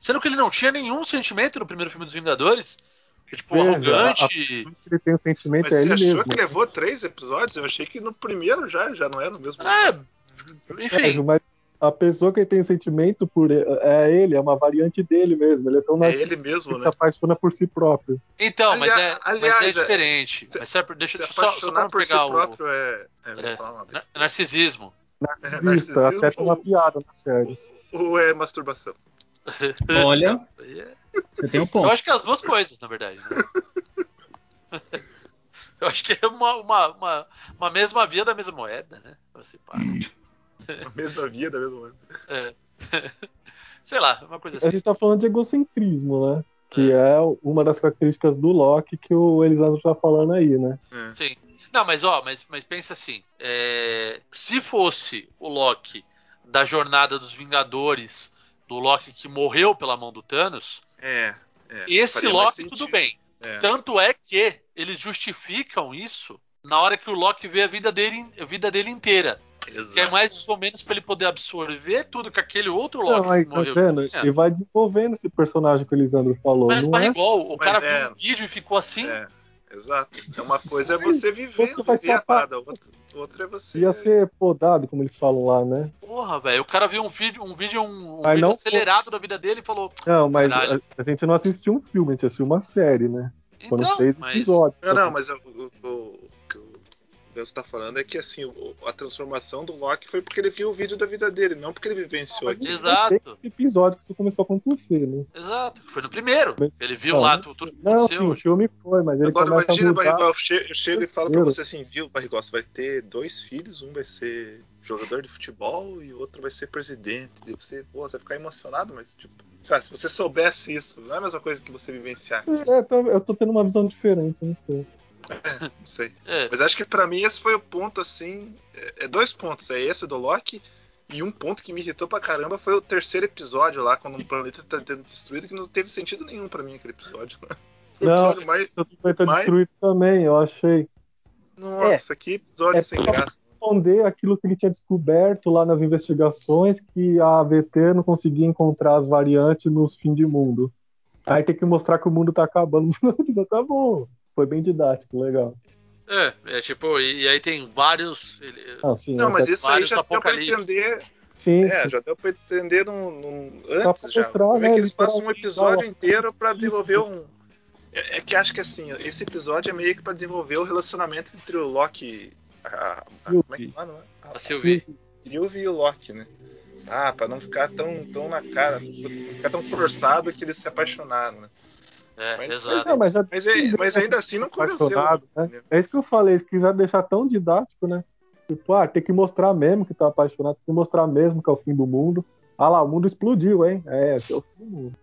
Speaker 3: sendo que ele não tinha nenhum sentimento no primeiro filme dos Vingadores. Que, tipo,
Speaker 1: Ou seja,
Speaker 3: arrogante.
Speaker 1: a- a pessoa que ele tem o sentimento
Speaker 4: Mas
Speaker 1: é
Speaker 4: você
Speaker 1: ele
Speaker 4: achou
Speaker 1: mesmo.
Speaker 4: que levou três episódios? Eu achei que no primeiro já, já não era no mesmo.
Speaker 3: Ah, É, enfim.
Speaker 1: Sérgio, né? Mas a pessoa que ele tem sentimento por ele, é ele, é uma variante dele mesmo. Ele é tão
Speaker 4: é
Speaker 1: narcisista
Speaker 4: ele mesmo,
Speaker 1: que se
Speaker 4: né?
Speaker 1: apaixona por si próprio.
Speaker 3: Então, mas,
Speaker 4: Alia-
Speaker 3: é,
Speaker 4: aliás,
Speaker 3: mas é
Speaker 4: é-
Speaker 3: diferente.
Speaker 4: se-
Speaker 3: Mas sabe, deixa,
Speaker 4: Se
Speaker 3: deixa só, só pra
Speaker 4: apaixonar
Speaker 3: não
Speaker 4: é por si
Speaker 3: pegar o
Speaker 4: próprio é. é, eu
Speaker 3: É.
Speaker 4: vou falar uma
Speaker 3: na-
Speaker 4: besteira.
Speaker 3: narcisismo.
Speaker 1: Narcisista,
Speaker 4: É, narcisismo
Speaker 1: até tem uma
Speaker 4: ou-
Speaker 1: piada na série.
Speaker 4: Ou é masturbação?
Speaker 2: Olha,
Speaker 3: Isso aí é-
Speaker 2: você tem um
Speaker 3: Eu
Speaker 2: ponto.
Speaker 3: acho que é as duas coisas, na verdade. né? Eu acho que é uma, uma, uma, uma mesma via da mesma moeda, né? Você pá.
Speaker 4: Hum. A mesma via da mesma maneira.
Speaker 3: É. Sei lá, uma coisa
Speaker 1: A
Speaker 3: assim.
Speaker 1: gente tá falando de egocentrismo, né? Que é uma das características do Loki que o Elisandro tá falando aí, né?
Speaker 4: É.
Speaker 3: Sim. Não, mas ó, mas, mas pensa assim: é, se fosse o Loki da jornada dos Vingadores, do Loki que morreu pela mão do Thanos,
Speaker 4: É, é.
Speaker 3: esse
Speaker 4: Faria mais
Speaker 3: Loki tudo
Speaker 4: sentido.
Speaker 3: bem.
Speaker 4: É.
Speaker 3: Tanto é que eles justificam isso na hora que o Loki vê a vida dele, a vida dele inteira. Que é
Speaker 4: Exato.
Speaker 3: mais ou menos pra ele poder absorver tudo que aquele outro Loki
Speaker 1: Não, aí,
Speaker 3: que
Speaker 1: tá
Speaker 3: morreu.
Speaker 1: vendo?
Speaker 3: tinha.
Speaker 1: E vai desenvolvendo esse personagem que o Elisandro falou,
Speaker 3: Mas
Speaker 1: não é?
Speaker 3: barrigol, o
Speaker 4: Mas
Speaker 3: cara
Speaker 4: é.
Speaker 3: viu um vídeo e ficou assim.
Speaker 4: É, exato. Então uma coisa é você viver,
Speaker 1: Você vai
Speaker 4: viver
Speaker 1: ser
Speaker 4: a parada, outra, outra é você.
Speaker 1: Ia ser podado, como eles falam lá, né?
Speaker 3: Porra, velho. O cara viu um vídeo, um vídeo, um, um
Speaker 1: Mas
Speaker 3: vídeo
Speaker 1: não-
Speaker 3: acelerado da vida dele e falou.
Speaker 1: Não, mas a,
Speaker 3: Caralho.
Speaker 1: a gente não assistiu um filme, a gente assistiu uma série, né? Foram
Speaker 3: Então,
Speaker 1: seis
Speaker 3: mas-
Speaker 1: episódios.
Speaker 4: Não, não, mas o, o- o que o Deus tá falando é que assim, o- a transformação do Loki foi porque ele viu o vídeo da vida dele, não porque ele vivenciou
Speaker 1: né?
Speaker 4: aquilo.
Speaker 1: Tem
Speaker 3: Exato,
Speaker 1: esse episódio que isso começou a acontecer, né?
Speaker 3: exato. Foi no primeiro.
Speaker 1: Mas-
Speaker 3: Ele viu
Speaker 1: não,
Speaker 3: lá
Speaker 1: não-
Speaker 3: tu- tudo que
Speaker 1: Não, sim,
Speaker 3: aconteceu.
Speaker 1: o filme foi, mas ele
Speaker 4: Agora
Speaker 1: começa
Speaker 4: imagina,
Speaker 1: a mudar.
Speaker 4: Barrigol, eu che- eu chego e falo pra
Speaker 1: Terceiro.
Speaker 4: você assim, viu, Barrigol, você vai ter dois filhos, um vai ser jogador de futebol e o outro vai ser presidente. E você, pô, você vai ficar emocionado, mas tipo, sabe, se você soubesse isso, não é a mesma coisa que você vivenciar,
Speaker 1: Sim, é, tô- eu tô tendo uma visão diferente, não sei.
Speaker 4: não sei.
Speaker 3: É,
Speaker 4: Mas acho que pra mim esse foi o ponto assim. É, é dois pontos. É esse do Loki. E um ponto que me irritou pra caramba foi o terceiro episódio lá, quando um planeta tá sendo destruído, que não teve sentido nenhum pra mim aquele episódio. Foi o
Speaker 1: Não.
Speaker 4: episódio mais.
Speaker 1: Seu Twitter tá
Speaker 4: Mas-
Speaker 1: destruído também, eu achei.
Speaker 4: Nossa, que episódio
Speaker 1: É
Speaker 4: sem
Speaker 1: pra-
Speaker 4: graça.
Speaker 1: Responder aquilo que ele tinha descoberto lá nas investigações, que a AVT não conseguia encontrar as variantes nos fim de mundo. Aí tem que mostrar que o mundo tá acabando. Isso tá bom. Foi bem didático, legal.
Speaker 3: é, é tipo, e, e aí tem vários. ele-
Speaker 1: Ah, sim,
Speaker 4: Não,
Speaker 1: é,
Speaker 4: mas
Speaker 1: tá-
Speaker 4: isso aí
Speaker 3: Vários
Speaker 4: já deu pra
Speaker 3: apocalipse.
Speaker 4: entender.
Speaker 1: sim,
Speaker 4: É,
Speaker 1: sim.
Speaker 4: já deu pra entender num, num-
Speaker 1: pra
Speaker 4: antes já.
Speaker 1: mostrar,
Speaker 4: Como é
Speaker 1: né,
Speaker 4: que eles passam um
Speaker 1: literalmente,
Speaker 4: episódio
Speaker 1: ó,
Speaker 4: inteiro pra
Speaker 1: isso.
Speaker 4: desenvolver um. É, é que acho que assim, esse episódio é meio que pra desenvolver o relacionamento entre o Loki. A, a, como é que fala? A-
Speaker 3: A Sylvie.
Speaker 4: Sylvie e o Loki, né? Ah, pra não ficar tão, tão na cara, não ficar tão forçado que eles se apaixonaram, né?
Speaker 3: É,
Speaker 4: Mas-
Speaker 3: exato.
Speaker 1: Não, mas, já- tá
Speaker 4: Mas, é- mas ainda assim não convenceu.
Speaker 1: apaixonado, né? É isso que eu falei, se quiser deixar tão didático, né? Tipo, ah, tem que mostrar mesmo que tá apaixonado, tem que mostrar mesmo que é o fim do mundo. Ah lá, o mundo explodiu, hein? É, esse é o fim do mundo.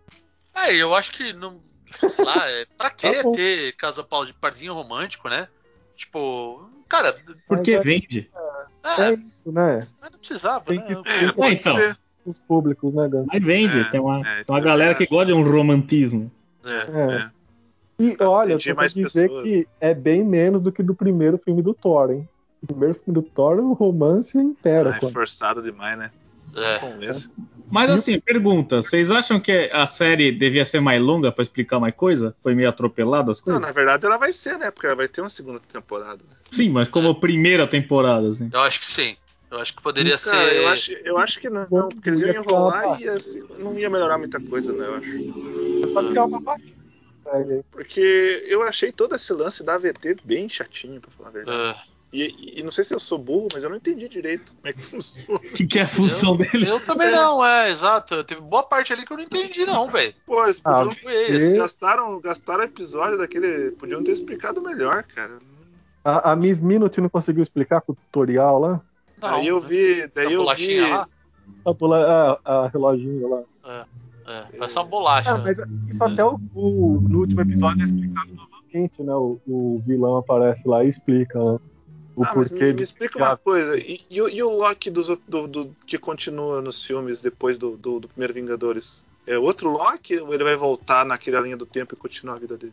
Speaker 3: É, eu acho que não. sei lá, é, pra que
Speaker 1: Tá bom.
Speaker 3: ter casa pau de parzinho romântico, né? Tipo, cara,
Speaker 2: Porque vende.
Speaker 1: É
Speaker 3: é,
Speaker 1: isso, né?
Speaker 3: mas não precisava,
Speaker 1: Tem
Speaker 3: né?
Speaker 1: que
Speaker 2: É,
Speaker 1: ter
Speaker 4: Pode
Speaker 2: então,
Speaker 4: ser.
Speaker 1: os públicos, né, Gans?
Speaker 2: mas vende.
Speaker 4: É,
Speaker 2: tem uma,
Speaker 4: é,
Speaker 2: tem uma
Speaker 4: isso é
Speaker 2: galera que gosta de
Speaker 4: verdade.
Speaker 2: um romantismo.
Speaker 3: É.
Speaker 1: É. E olha, eu tenho
Speaker 4: Atingir
Speaker 1: que
Speaker 4: mais
Speaker 1: dizer
Speaker 4: pessoas.
Speaker 1: que é bem menos do que do primeiro filme do Thor, hein? O primeiro filme do Thor, o romance um impera.
Speaker 4: Ah, é
Speaker 1: quando-
Speaker 4: forçado demais, né?
Speaker 3: É.
Speaker 4: Não convence.
Speaker 2: Mas assim, pergunta: vocês acham que a série devia ser mais longa pra explicar mais coisa? Foi meio atropelada as
Speaker 4: Não,
Speaker 2: coisas?
Speaker 4: na verdade ela vai ser, né? Porque ela vai ter uma segunda temporada. né?
Speaker 2: Sim, mas como primeira temporada, assim.
Speaker 3: Eu acho que sim. Eu acho que poderia
Speaker 4: Cara,
Speaker 3: ser.
Speaker 4: eu acho, eu acho que não,
Speaker 1: Bom,
Speaker 4: porque eles iam
Speaker 1: ia ficar uma
Speaker 4: enrolar e ia se- não ia melhorar muita coisa, né? Eu acho.
Speaker 1: Só que é uma né? baixinha essa série aí.
Speaker 4: Porque eu achei todo esse lance da AVT bem chatinho, pra falar a verdade.
Speaker 3: É.
Speaker 4: E, e não sei se eu sou burro, mas eu não entendi direito como é que funciona.
Speaker 2: O que, que é a função deles?
Speaker 3: Eu também não, é, exato. Teve boa parte ali que eu não entendi, não, velho.
Speaker 4: Pô, eles
Speaker 1: Ah,
Speaker 4: podiam
Speaker 3: Foi esse.
Speaker 1: E-
Speaker 4: Eles gastaram, gastaram episódio daquele. Podiam ter explicado melhor, cara.
Speaker 1: A, a Miss Minute não conseguiu explicar com o tutorial lá?
Speaker 3: Não, né?
Speaker 4: aí eu vi. Daí
Speaker 3: a
Speaker 4: eu vi.
Speaker 3: bolachinha lá.
Speaker 1: A, bola- Tá a- a reloginho lá.
Speaker 3: É, foi só bolacha.
Speaker 1: Ah, mas isso até o, o- no último episódio é explicado novamente, seguinte, né? O, o vilão aparece lá e explica né, o
Speaker 4: Ah, mas
Speaker 1: porquê
Speaker 4: me, me
Speaker 1: de
Speaker 4: explica uma coisa. E, e o- e o Loki dos outros- do, do- que continua nos filmes depois do, do, do primeiro Vingadores? É outro Loki ou ele vai voltar naquela linha do tempo e continuar a vida dele?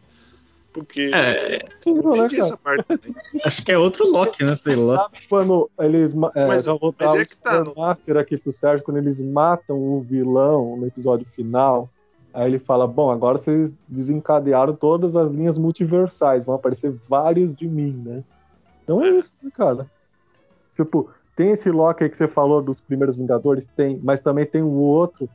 Speaker 4: Porque
Speaker 2: É,
Speaker 1: Sim,
Speaker 4: eu não
Speaker 1: né,
Speaker 4: entendi
Speaker 1: cara?
Speaker 4: essa parte. também.
Speaker 2: Acho que é outro Loki, né? Sei lá.
Speaker 1: Sabe quando eles ma- é,
Speaker 4: Mas-
Speaker 1: já vou
Speaker 4: mas
Speaker 1: dar
Speaker 4: é
Speaker 1: um
Speaker 4: que tá,
Speaker 1: spoiler master aqui pro Sérgio quando eles matam o vilão no episódio final. Aí ele fala: Bom, agora vocês desencadearam todas as linhas multiversais, vão aparecer vários de mim, né? Então é isso, né, cara. Tipo, tem esse Loki aí que você falou dos primeiros Vingadores? Tem, mas também tem o outro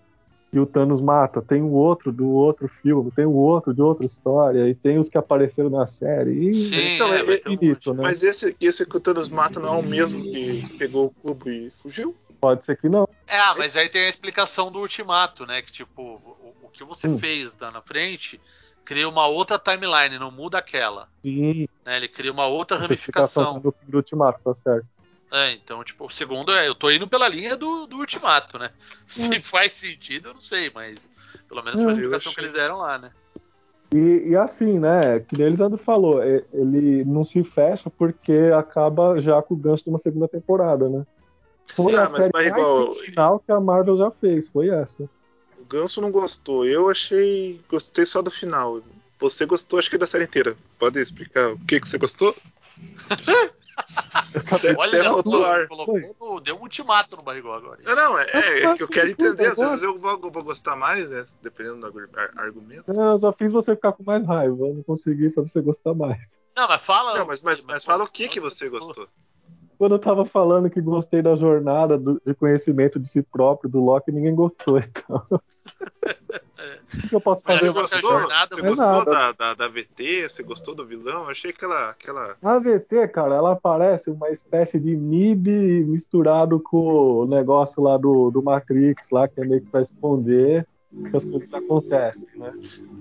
Speaker 1: que o Thanos mata, tem o outro do outro filme, tem o outro de outra história, e tem os que apareceram na série. E
Speaker 3: Sim,
Speaker 4: então,
Speaker 3: é,
Speaker 4: é-
Speaker 3: vai
Speaker 4: é
Speaker 3: ter um monte.
Speaker 1: infinito, né?
Speaker 4: Mas esse, esse que o Thanos mata não é o mesmo que pegou o cubo e fugiu?
Speaker 1: Pode ser que não.
Speaker 3: É, mas aí tem a explicação do ultimato, né? Que tipo, o, o que você
Speaker 1: Hum.
Speaker 3: fez lá na frente cria uma outra timeline, não muda aquela.
Speaker 1: Sim,
Speaker 3: Né? Ele cria uma outra
Speaker 1: Essa explicação tá
Speaker 3: ramificação.
Speaker 1: no fim do ultimato, tá certo.
Speaker 3: É, então, tipo, o segundo é, eu tô indo pela linha do, do ultimato, né? Se faz sentido, eu não sei, mas pelo menos foi a
Speaker 4: Hum. É. Eu
Speaker 3: explicação que
Speaker 4: achei.
Speaker 3: eles deram lá, né?
Speaker 1: E, e assim, né, que nem o Elisandro falou, e- ele não se fecha porque acaba já com o gancho de uma segunda temporada, né? Foi a
Speaker 4: Ah, mas
Speaker 1: série
Speaker 4: vai
Speaker 1: mais
Speaker 4: igual-
Speaker 1: sem final que a Marvel já fez, foi essa.
Speaker 4: O Ganso não gostou. Eu achei. Gostei só do final. Você gostou, acho que da série inteira. Pode explicar o que, que você gostou?
Speaker 3: Olha
Speaker 4: até faltou
Speaker 3: só,
Speaker 4: ar.
Speaker 3: colocou no- deu um ultimato no barrigol agora.
Speaker 4: Não, não, é, é que eu quero entender. Às
Speaker 1: Agora.
Speaker 4: vezes eu vou, eu vou gostar mais, né? Dependendo do argu- ar- argumento.
Speaker 1: Eu só fiz você ficar com mais raiva, eu não consegui fazer você gostar mais.
Speaker 3: Não, mas fala.
Speaker 4: Não, mas, mas, mas fala o que, que você gostou.
Speaker 1: Quando eu tava falando que gostei da jornada do- de conhecimento de si próprio do Loki, ninguém gostou, então. O que eu posso
Speaker 4: Mas
Speaker 1: fazer?
Speaker 4: você
Speaker 3: eu vou-
Speaker 4: gostou,
Speaker 3: essa jornada
Speaker 4: você
Speaker 1: não é
Speaker 4: gostou
Speaker 1: nada.
Speaker 4: da, da, da VT? Você gostou do vilão? Eu achei aquela. aquela...
Speaker 1: A VT, cara, ela parece uma espécie de MIB misturado com o negócio lá do, do Matrix, lá, que é meio que pra esconder que as coisas acontecem, né?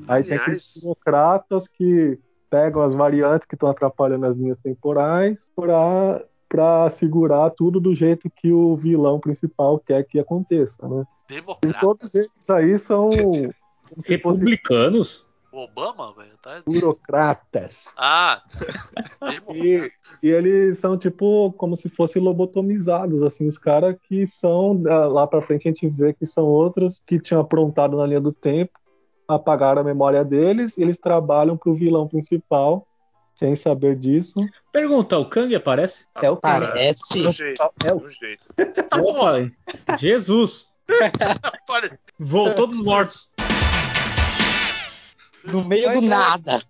Speaker 1: Aí tem aqueles
Speaker 4: Aliás-
Speaker 1: burocratas que pegam as variantes que estão atrapalhando as linhas temporais pra, pra segurar tudo do jeito que o vilão principal quer que aconteça, né? E
Speaker 3: Democrata.
Speaker 1: todos esses aí são como se fossem
Speaker 2: Republicanos?
Speaker 3: O Obama, velho, tá.
Speaker 1: burocratas.
Speaker 3: Ah, democrata.
Speaker 1: E, e eles são tipo como se fossem lobotomizados, assim, os caras que são ah, lá pra frente a gente vê que são outros que tinham aprontado na linha do tempo, apagaram a memória deles, e eles trabalham pro vilão principal sem saber disso.
Speaker 2: Pergunta, o Kang aparece?
Speaker 1: É o cara.
Speaker 4: De
Speaker 7: Parece.
Speaker 4: um jeito,
Speaker 1: É o-
Speaker 4: de um jeito.
Speaker 2: Tá bom, hein? Jesus!
Speaker 3: Olha,
Speaker 2: Voltou dos mortos.
Speaker 7: No meio do nada.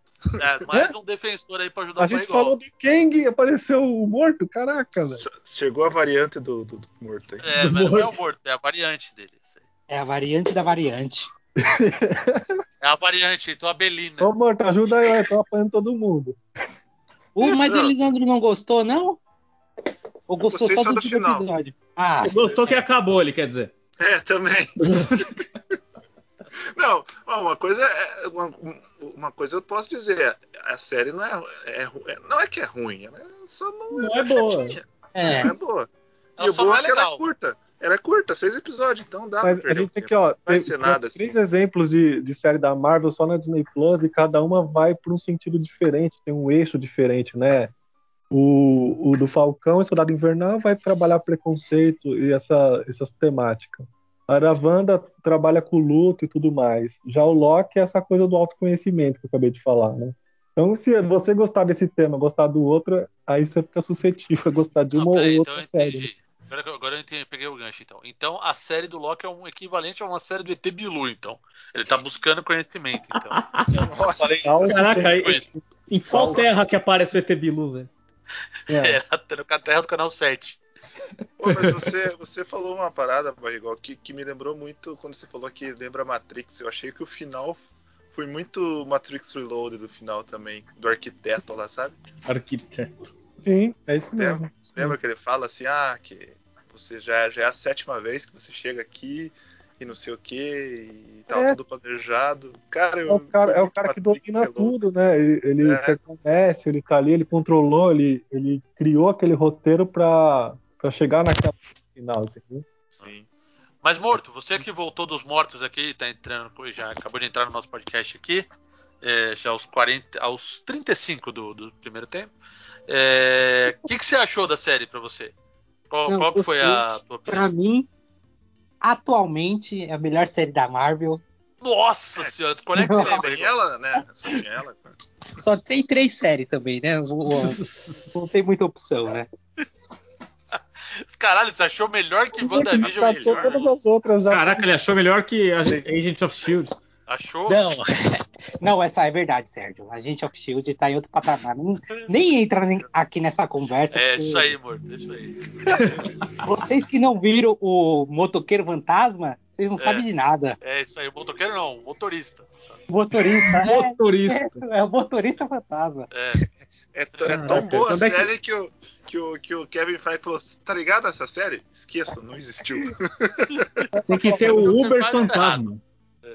Speaker 3: é, mais um defensor aí pra ajudar
Speaker 1: A
Speaker 3: o
Speaker 1: gente
Speaker 3: Barrigol.
Speaker 1: falou do Kang, apareceu o morto, caraca, velho.
Speaker 4: Ch- Chegou a variante do, do, do morto aí.
Speaker 3: É, mas não é o morto, é a variante dele. isso aí.
Speaker 7: É a variante da variante.
Speaker 3: É a variante, então a Belina.
Speaker 1: Ô, morto, ajuda aí, eu tô apanhando todo mundo.
Speaker 7: Uh, mas o Lisandro não gostou, não? Ou gostou
Speaker 4: gostei
Speaker 7: só
Speaker 4: só
Speaker 7: do
Speaker 4: do
Speaker 7: último
Speaker 4: final.
Speaker 7: episódio? Ah,
Speaker 2: Gostou que acabou, ele quer dizer.
Speaker 4: É, também. não, ó, uma coisa é- uma, uma coisa eu posso dizer, a série não é, é ru- é- não é que é ruim, ela é- só não é,
Speaker 2: Não é boa.
Speaker 4: chatinha,
Speaker 7: é.
Speaker 4: não é boa.
Speaker 3: Ela
Speaker 4: e o
Speaker 3: só
Speaker 4: bom
Speaker 3: não é
Speaker 4: é que ela é
Speaker 3: legal.
Speaker 4: curta. Ela é curta, seis episódios, então dá
Speaker 1: Mas
Speaker 4: pra
Speaker 1: a
Speaker 4: perder
Speaker 1: gente
Speaker 4: o
Speaker 1: tem
Speaker 4: tempo.
Speaker 1: que, ó,
Speaker 4: vai
Speaker 1: tem,
Speaker 4: ser nada,
Speaker 1: três
Speaker 4: assim.
Speaker 1: exemplos de, de série da Marvel só na Disney Plus e cada uma vai para um sentido diferente, tem um eixo diferente, né? O, o do Falcão e Soldado Invernal vai trabalhar preconceito e essa, essas temáticas. A da Wanda trabalha com luto e tudo mais. Já o Loki é essa coisa do autoconhecimento que eu acabei de falar, né? Então, se você gostar desse tema, gostar do outro, aí você fica suscetível a gostar de
Speaker 3: Não,
Speaker 1: uma
Speaker 3: peraí,
Speaker 1: ou
Speaker 3: então
Speaker 1: outra
Speaker 3: eu
Speaker 1: série.
Speaker 3: entendi. Agora, que eu- agora eu entendi, peguei o gancho, então. Então a série do Loki é um equivalente a uma série do ET Bilu, então. Ele tá buscando conhecimento, então.
Speaker 4: Nossa,
Speaker 1: Então,
Speaker 2: Caraca, aí,
Speaker 3: Foi isso.
Speaker 2: em qual terra que aparece o ET Bilu, velho?
Speaker 1: é.
Speaker 3: É, tá no Caterra do Canal 7.
Speaker 4: pô, mas você, você falou uma parada, Barrigol, que, que me lembrou muito quando você falou que lembra Matrix. Eu achei que o final foi muito Matrix Reloaded do final também, do arquiteto lá, sabe?
Speaker 2: Arquiteto.
Speaker 1: Sim, é isso mesmo.
Speaker 4: Lembra, lembra que ele fala assim, ah, que você já, já é a sétima vez que você chega aqui e não sei o que, e tava
Speaker 1: É.
Speaker 4: tudo planejado. Cara, eu,
Speaker 1: É o cara, é o cara que
Speaker 4: Matrix
Speaker 1: domina
Speaker 4: é louco.
Speaker 1: tudo, né? Ele, ele
Speaker 4: É.
Speaker 1: permanece, ele tá ali, ele controlou, ele, ele criou aquele roteiro pra, pra chegar naquela final. entendeu?
Speaker 4: Sim.
Speaker 3: Mas, Morto, você que voltou dos mortos aqui, tá entrando, já acabou de entrar no nosso podcast aqui. é, já aos, 40, aos 35 do, do primeiro tempo. É, O que, que você achou da série pra você? Qual,
Speaker 7: Não,
Speaker 3: qual que foi a tua
Speaker 7: Pra mim, atualmente, é a melhor série da Marvel.
Speaker 3: Nossa senhora, é desconecta isso aí,
Speaker 4: Só tem
Speaker 3: Barrigol.
Speaker 4: ela, né? Só tem ela. cara.
Speaker 7: Só tem três séries também, né? Vou- Não tem muita opção, né?
Speaker 3: Caralho, você achou melhor que WandaVision é
Speaker 1: Tá
Speaker 3: melhor? né?
Speaker 1: todas as outras né? já.
Speaker 2: Caraca, ele achou melhor que a gente- Agent of Shield.
Speaker 3: Achou?
Speaker 7: Não, não, essa é verdade, Sérgio. A gente of Shield tá em outro patamar. Nem, nem entra nem- aqui nessa conversa.
Speaker 3: É,
Speaker 7: porque
Speaker 3: isso aí, morto, isso aí.
Speaker 7: Vocês que não viram o Motoqueiro Fantasma, vocês não
Speaker 3: É.
Speaker 7: sabem de nada.
Speaker 3: É isso aí, o motoqueiro não, o motorista.
Speaker 7: Motorista. é,
Speaker 2: Motorista.
Speaker 7: é o motorista fantasma.
Speaker 3: É,
Speaker 4: É, t- é
Speaker 2: Caraca,
Speaker 4: tão boa a
Speaker 2: quando é que-
Speaker 4: série que... o, que, o, que o Kevin Feige falou: "Cê tá ligado essa série? Esqueça, não existiu.
Speaker 2: Tem que ter o Uber Fantasma.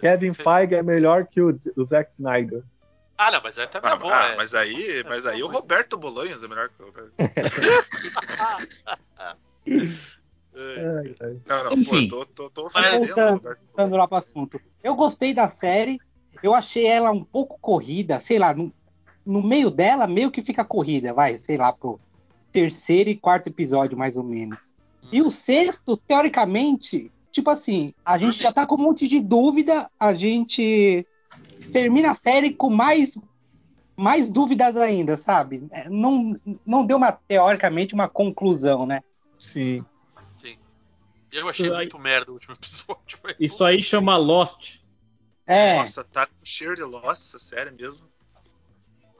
Speaker 1: Kevin Feige é melhor que o, o Zack Snyder.
Speaker 3: Ah, não, mas aí tá minha
Speaker 4: Ah,
Speaker 3: avó,
Speaker 4: ah,
Speaker 3: é. Tá
Speaker 4: mas aí, mas aí o Roberto Bolanhos é melhor que o Roberto.
Speaker 3: É.
Speaker 1: Ai, ai.
Speaker 4: Não, não,
Speaker 2: Enfim.
Speaker 4: pô, eu tô, tô, tô
Speaker 3: Mas-
Speaker 4: ofendendo
Speaker 1: Então,
Speaker 4: o Roberto
Speaker 7: Voltando
Speaker 4: Bolanhos.
Speaker 7: lá pro assunto. Eu gostei da série. Eu achei ela um pouco corrida, sei lá, no, no meio dela meio que fica corrida, vai, sei lá, pro terceiro e quarto episódio, mais ou menos. E o sexto, teoricamente, tipo assim, a gente já tá com um monte de dúvida, a gente termina a série com mais, mais dúvidas ainda, sabe? É, Não, não deu, uma, teoricamente, uma conclusão, né?
Speaker 1: Sim.
Speaker 3: Eu achei
Speaker 2: Isso aí-
Speaker 3: muito merda o último episódio. velho.
Speaker 2: Isso aí chama Lost.
Speaker 7: É.
Speaker 4: Nossa, tá cheio de Lost essa série mesmo.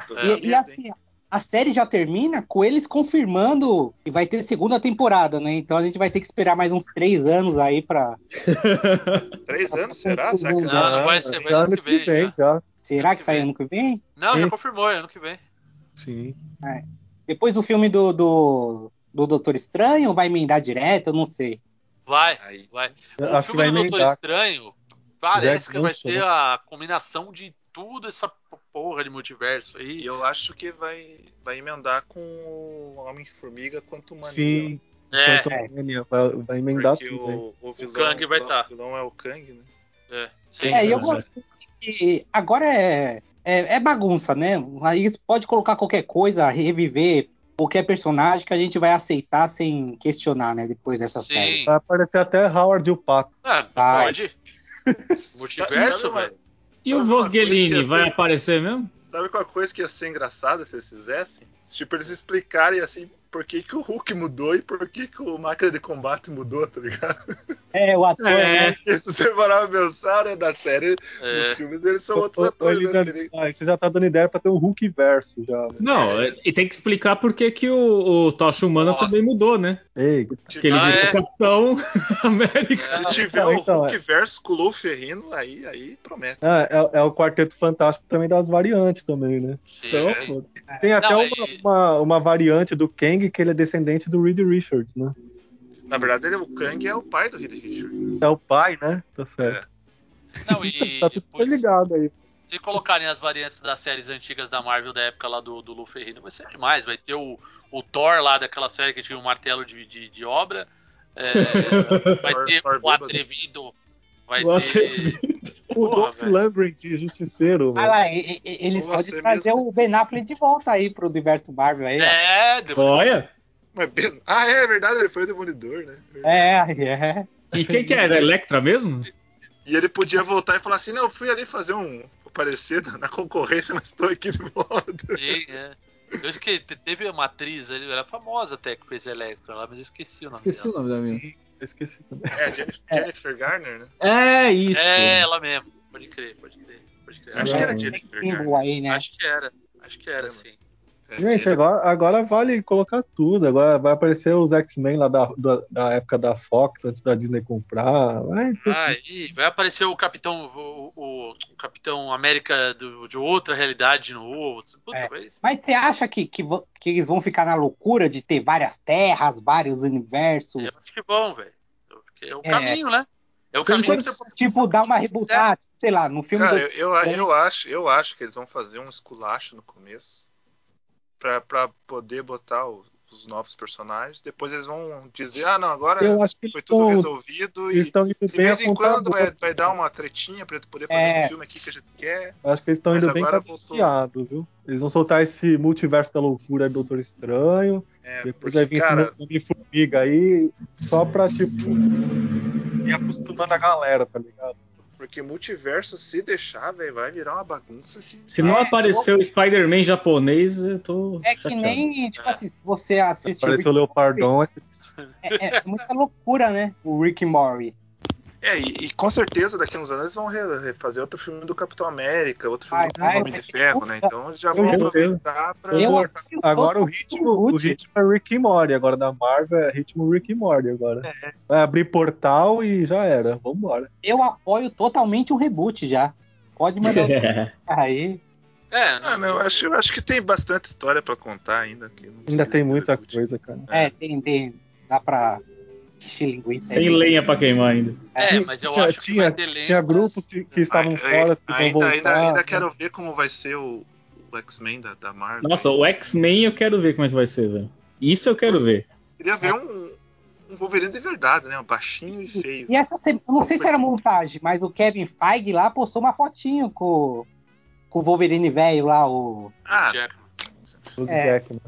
Speaker 4: Tô
Speaker 3: É.
Speaker 4: com
Speaker 7: E, e
Speaker 4: medo, hein?
Speaker 7: assim, a série já termina com eles confirmando que vai ter segunda temporada, né? Então a gente vai ter que esperar mais uns três anos aí pra.
Speaker 4: Três
Speaker 1: tá
Speaker 4: anos, será? Será que
Speaker 7: Não,
Speaker 3: não vai ser, vai ano
Speaker 1: É, ano
Speaker 3: que vem,
Speaker 1: que vem
Speaker 3: já.
Speaker 1: já.
Speaker 7: Será que sai ano que vem?
Speaker 3: Não, já
Speaker 1: Esse-
Speaker 3: confirmou, é ano que vem.
Speaker 1: Sim.
Speaker 7: Depois do filme do, do, do Doutor Estranho, vai emendar direto? Eu não sei.
Speaker 3: Vai,
Speaker 4: Aí.
Speaker 3: vai. O
Speaker 1: Acho que vai
Speaker 3: filme é do Doutor
Speaker 1: emendar.
Speaker 3: Estranho parece
Speaker 1: Já né?
Speaker 3: que vai
Speaker 1: cansou.
Speaker 3: ser a combinação de tudo essa porra de multiverso
Speaker 4: E
Speaker 3: aí.
Speaker 4: eu acho que vai, vai emendar com o Homem-Formiga quanto Mania.
Speaker 1: Sim.
Speaker 3: É,
Speaker 1: Quantumania, vai, vai emendar
Speaker 4: Porque
Speaker 1: tudo. hein?
Speaker 4: o, o vilão,
Speaker 3: Kang vai
Speaker 4: o
Speaker 3: tá.
Speaker 4: vilão é o Kang, né?
Speaker 3: é.
Speaker 1: Quem
Speaker 7: É, e eu
Speaker 1: vai?
Speaker 7: gostei que agora é, é, é bagunça, né? Aí você pode colocar qualquer coisa, reviver qualquer personagem que a gente vai aceitar sem questionar, né? Depois dessa série.
Speaker 3: Sim.
Speaker 1: Vai aparecer até Howard e o Pato.
Speaker 3: Ah,
Speaker 7: Vai.
Speaker 3: pode. Multiverso,
Speaker 4: Sabe uma-
Speaker 3: velho.
Speaker 2: E o Vosgelini vai aparecer mesmo?
Speaker 4: Sabe qual coisa que ia ser engraçada se eles fizessem? Tipo, eles explicarem assim por que, que o Hulk mudou e por que, que o máquina de combate mudou, tá ligado?
Speaker 7: É, o ator, né?
Speaker 2: É,
Speaker 4: Porque se você parar pra pensar, né, da série, dos
Speaker 3: É.
Speaker 4: filmes, eles são
Speaker 1: Ô, ô,
Speaker 4: outros
Speaker 1: ô,
Speaker 4: atores, né?
Speaker 1: Lisandro, ai, Você já tá dando ideia pra ter um Hulk verso já. né?
Speaker 2: não, é- e tem que explicar por que, que o, o Tocha Humana
Speaker 3: Nossa.
Speaker 2: também mudou, né?
Speaker 1: Ei,
Speaker 2: Que ele
Speaker 3: Ah,
Speaker 2: virou
Speaker 3: é?
Speaker 2: Capitão América.
Speaker 4: Se
Speaker 3: É.
Speaker 4: tiver
Speaker 1: Então,
Speaker 4: o
Speaker 1: então,
Speaker 4: Hulk versus Clou Ferrino, aí, aí promete.
Speaker 1: ah, é, é o Quarteto Fantástico também das variantes também, né?
Speaker 3: Sim,
Speaker 1: Então,
Speaker 3: sim.
Speaker 1: pô,
Speaker 4: É.
Speaker 1: tem até
Speaker 3: Não,
Speaker 1: uma,
Speaker 3: e-
Speaker 1: uma, uma variante do Kang que ele é descendente do Reed Richards, né?
Speaker 4: Na verdade, ele, o Kang é o pai do Reed Richards.
Speaker 1: É o pai, né? Tá certo.
Speaker 3: Não,
Speaker 4: É,
Speaker 3: e
Speaker 1: tá tudo
Speaker 3: putz,
Speaker 1: ligado aí.
Speaker 3: se colocarem as variantes das séries antigas da Marvel da época lá do, do Lu Ferrino, vai ser demais. Vai ter o, o Thor lá daquela série que tinha um martelo de, de, de obra. É, vai
Speaker 4: Thor-
Speaker 3: ter
Speaker 4: Thor
Speaker 3: o
Speaker 4: bêbado.
Speaker 3: Atrevido. Vai
Speaker 2: O
Speaker 3: ter.
Speaker 1: O
Speaker 3: Porra,
Speaker 1: Dolph
Speaker 3: velho.
Speaker 1: Lundgren de Justiceiro,
Speaker 7: Ah
Speaker 1: mano.
Speaker 7: lá, e- e- e- eles
Speaker 4: Tipo, Você
Speaker 7: podem trazer
Speaker 4: mesmo.
Speaker 7: o Ben Affleck de volta aí pro universo Marvel aí. ó. É,
Speaker 3: É, demorou.
Speaker 2: Olha.
Speaker 4: Mas, Ben- ah, é, é verdade, ele foi o Demolidor, né?
Speaker 7: é.
Speaker 2: E quem que é? era? Electra mesmo?
Speaker 4: E ele podia voltar e falar assim, não, eu fui ali fazer um parecido na concorrência, mas estou aqui de volta.
Speaker 3: Sim, é. Eu esqueci, teve uma atriz, ali, ela era famosa até que fez Electra lá, mas eu esqueci o nome dela.
Speaker 2: nome da minha.
Speaker 1: Eu Esqueci também.
Speaker 4: É, Jennifer, Jennifer Garner, né?
Speaker 2: É isso.
Speaker 3: É, ela mesmo. Pode crer, pode crer. Pode crer.
Speaker 4: Acho
Speaker 3: Acho,
Speaker 4: que
Speaker 1: Não.
Speaker 4: era Jennifer Garner.
Speaker 7: Símbolo aí, né?
Speaker 3: acho que era. Acho que era, sim.
Speaker 4: É,
Speaker 1: Gente, agora, agora vale colocar tudo. Agora vai aparecer os X-Men lá da, da, da época da Fox, antes da Disney comprar. Vai ter
Speaker 3: Aí vai aparecer o Capitão o, o- o Capitão América do- de outra realidade de novo. Puta,
Speaker 7: É.
Speaker 3: mas-
Speaker 7: Mas você acha que, que, vo- que eles vão ficar na loucura de ter várias terras, vários
Speaker 3: eu
Speaker 7: universos?
Speaker 3: acho que bom, é velho. Porque é o
Speaker 7: É.
Speaker 3: caminho, né? É o caminho que você pode...
Speaker 7: Tipo, dar uma rebutada, sei lá, no filme
Speaker 4: Cara,
Speaker 7: do.
Speaker 4: eu, eu, eu acho, eu acho que eles vão fazer um esculacho no começo pra, pra poder botar o os novos personagens. Depois eles vão dizer, ah, não, agora
Speaker 1: Eu acho que
Speaker 4: foi
Speaker 1: eles
Speaker 4: tudo
Speaker 1: estão.
Speaker 4: resolvido
Speaker 1: Eles
Speaker 4: e
Speaker 1: estão indo
Speaker 4: de
Speaker 1: bem
Speaker 4: vez em quando é
Speaker 1: apontados.
Speaker 4: vai, vai dar uma tretinha pra poder fazer
Speaker 7: É.
Speaker 4: um filme aqui que a gente quer.
Speaker 1: Acho que eles estão
Speaker 4: Mas
Speaker 1: indo bem
Speaker 4: agora voltou.
Speaker 1: cadenciado, viu? Eles vão soltar esse multiverso da loucura do Doutor Estranho.
Speaker 4: É,
Speaker 1: depois
Speaker 4: porque,
Speaker 1: vai vir
Speaker 4: cara,
Speaker 1: esse novo formiga aí, só pra, tipo, ir acostumando a galera, tá ligado?
Speaker 4: porque multiverso se deixar, velho, vai virar uma bagunça que.
Speaker 2: Se não
Speaker 7: É,
Speaker 2: aparecer o Spider-Man japonês, eu tô.
Speaker 7: É que
Speaker 2: chateado.
Speaker 7: nem, tipo
Speaker 3: É.
Speaker 7: assim, se você assiste. o
Speaker 1: Apareceu o
Speaker 7: Rick-
Speaker 1: Leopardon, é triste.
Speaker 7: É, é muita loucura, né? O Rick Mori.
Speaker 4: É, e, e com certeza daqui a uns anos eles vão re- refazer outro filme do Capitão América, outro filme
Speaker 7: Ai,
Speaker 4: do
Speaker 7: ai,
Speaker 4: Homem de
Speaker 7: eu-
Speaker 4: Ferro, né? Então eles já
Speaker 1: eu
Speaker 4: vão
Speaker 1: já-
Speaker 4: aproveitar pra.
Speaker 1: Eu-
Speaker 4: cortar-
Speaker 1: Agora o ritmo, o ritmo é Rick e Morty, agora da Marvel é ritmo Rick e Morty agora.
Speaker 4: É.
Speaker 1: Vai abrir portal e já era, vambora.
Speaker 7: Eu apoio totalmente o reboot já. Pode mandar um aí.
Speaker 3: É,
Speaker 4: Ah, não, eu acho, eu acho que tem bastante história pra contar ainda. aqui. Não
Speaker 1: Ainda
Speaker 4: precisa
Speaker 1: tem
Speaker 4: de
Speaker 1: muita
Speaker 4: reboot.
Speaker 1: coisa, cara.
Speaker 7: É, tem, tem. Dá pra encher linguiça aí.
Speaker 2: Tem lenha pra queimar ainda.
Speaker 3: É,
Speaker 1: Tinha-
Speaker 3: mas eu
Speaker 1: tinha-
Speaker 3: acho que
Speaker 1: tinha-
Speaker 3: vai ter lenha,
Speaker 1: Tinha
Speaker 3: mas-
Speaker 1: grupos que, que estavam
Speaker 4: Ai,
Speaker 1: fora, que vão
Speaker 4: ainda,
Speaker 1: voltar.
Speaker 4: ainda, ainda
Speaker 1: né?
Speaker 4: quero ver como vai ser o, o X-Men da, da Marvel.
Speaker 2: Nossa, o X-Men eu quero ver como é que vai ser, velho. Isso eu quero ver.
Speaker 4: Queria ver um, um Wolverine de verdade, né? Um baixinho e feio.
Speaker 7: E essa semana, não sei se era montagem, mas o Kevin Feige lá postou uma fotinho com, com o Wolverine velho lá, o.
Speaker 4: Ah,
Speaker 3: Jack.
Speaker 1: Hugh
Speaker 7: É.
Speaker 1: Jackman.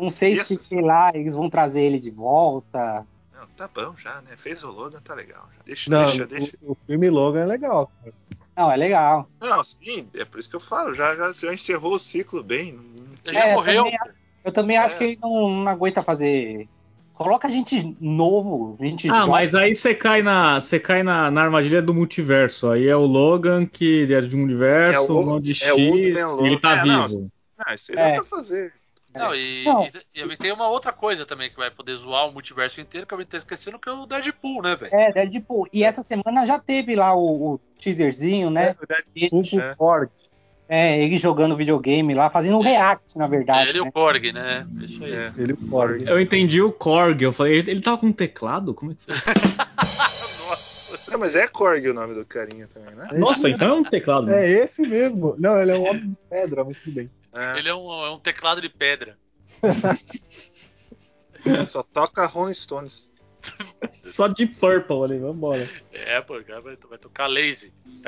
Speaker 7: Não sei se,
Speaker 4: Isso.
Speaker 7: sei lá, eles vão trazer ele de volta.
Speaker 4: não, tá bom já, né? Fez o Logan, tá legal. já. Deixa,
Speaker 1: Não,
Speaker 4: deixa,
Speaker 1: o-
Speaker 4: deixa.
Speaker 1: O, filme Logan é legal. cara.
Speaker 7: Não, é legal.
Speaker 4: Não, sim, é por isso que eu falo. Já, já, já encerrou o ciclo bem. não- não-
Speaker 3: Ele já
Speaker 7: É,
Speaker 3: morreu.
Speaker 7: também Eu também acho que ele não, não aguenta fazer. Coloca gente novo, gente
Speaker 2: Ah,
Speaker 7: jovem.
Speaker 2: mas aí você cai na, você cai na, na armadilha do multiverso. Aí é o Logan que é de um universo,
Speaker 4: É o-
Speaker 2: um monte de X,
Speaker 4: é o Ultraman Logan.
Speaker 2: ele tá
Speaker 4: É, não,
Speaker 2: vivo.
Speaker 4: Ah, isso aí dá
Speaker 7: É.
Speaker 4: pra fazer.
Speaker 3: Não, e,
Speaker 7: Não.
Speaker 3: e- e tem uma outra coisa também que vai poder zoar o multiverso inteiro, que eu me tô esquecendo, que é o Deadpool, né, velho?
Speaker 7: É, Deadpool. E essa semana já teve lá o, o teaserzinho, né?
Speaker 1: O
Speaker 2: Uhum.
Speaker 7: Ele,
Speaker 1: é. Ford.
Speaker 7: é, ele jogando videogame lá, fazendo um react, na verdade.
Speaker 3: É, Ele e
Speaker 7: né?
Speaker 3: o Korg, né? Isso aí.
Speaker 4: É.
Speaker 1: Ele o Ford.
Speaker 2: Eu entendi o Korg, eu falei, ele, ele tava com um teclado? Como é que foi?
Speaker 3: Nossa.
Speaker 4: Não, mas é Korg o nome do carinha também, né?
Speaker 2: Nossa, então é um teclado. né?
Speaker 1: É esse mesmo. Não, ele é um homem de pedra, muito bem.
Speaker 4: É,
Speaker 3: Ele é um, é um teclado de pedra.
Speaker 4: É, só toca Rolling Stones.
Speaker 2: Só de purple ali, vambora.
Speaker 3: É, pô, o cara vai, vai tocar lazy.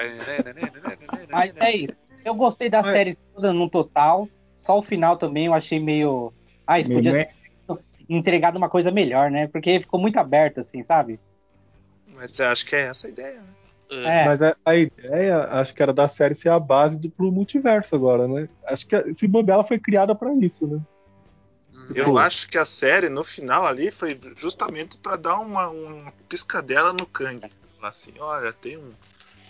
Speaker 7: Mas é isso. Eu gostei da
Speaker 1: Mas-
Speaker 7: série toda no total. Só o final também eu achei meio. Ah, isso podia ter
Speaker 2: Meio-
Speaker 7: entregado uma coisa melhor, né? Porque ficou muito aberto, assim, sabe?
Speaker 4: Mas eu acho que é essa a ideia, né?
Speaker 3: É.
Speaker 7: É,
Speaker 1: Mas a, a ideia, acho que era da série ser a base do, pro multiverso agora, né? Acho que se bobear, ela foi criada pra isso, né?
Speaker 4: Eu acho que a série, no final ali, foi justamente pra dar uma, uma piscadela no Kang. Falar assim, olha, tem um-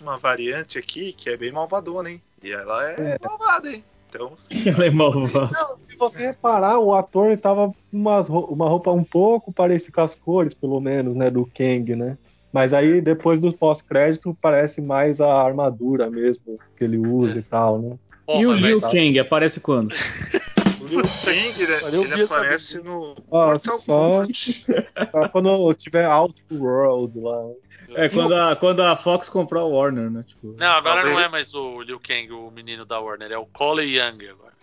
Speaker 4: uma variante aqui que é bem malvadona, hein? E ela é, malvada, hein? Então, se-
Speaker 2: Ela é malvada.
Speaker 1: Não, se você reparar, o ator ele tava com umas ro- uma roupa um pouco parecida com as cores, pelo menos, né? Do Kang, né? Mas aí, depois do pós-crédito, parece mais a armadura mesmo que ele usa e tal, né?
Speaker 3: Porra,
Speaker 2: e o
Speaker 3: velho.
Speaker 2: Liu
Speaker 7: tá-
Speaker 2: Kang aparece quando?
Speaker 4: o Liu Kang,
Speaker 1: Olha, eu
Speaker 4: ele,
Speaker 1: vi
Speaker 4: ele
Speaker 1: essa
Speaker 4: aparece no
Speaker 1: Ó,
Speaker 4: Mortal
Speaker 1: só-
Speaker 4: Kombat.
Speaker 1: Pra quando tiver Outworld lá.
Speaker 2: É quando a, quando a Fox comprar o Warner, né? Tipo...
Speaker 3: Não, agora
Speaker 4: Talvez-
Speaker 3: não é mais o Liu Kang, o menino da Warner, é o Cole Young agora.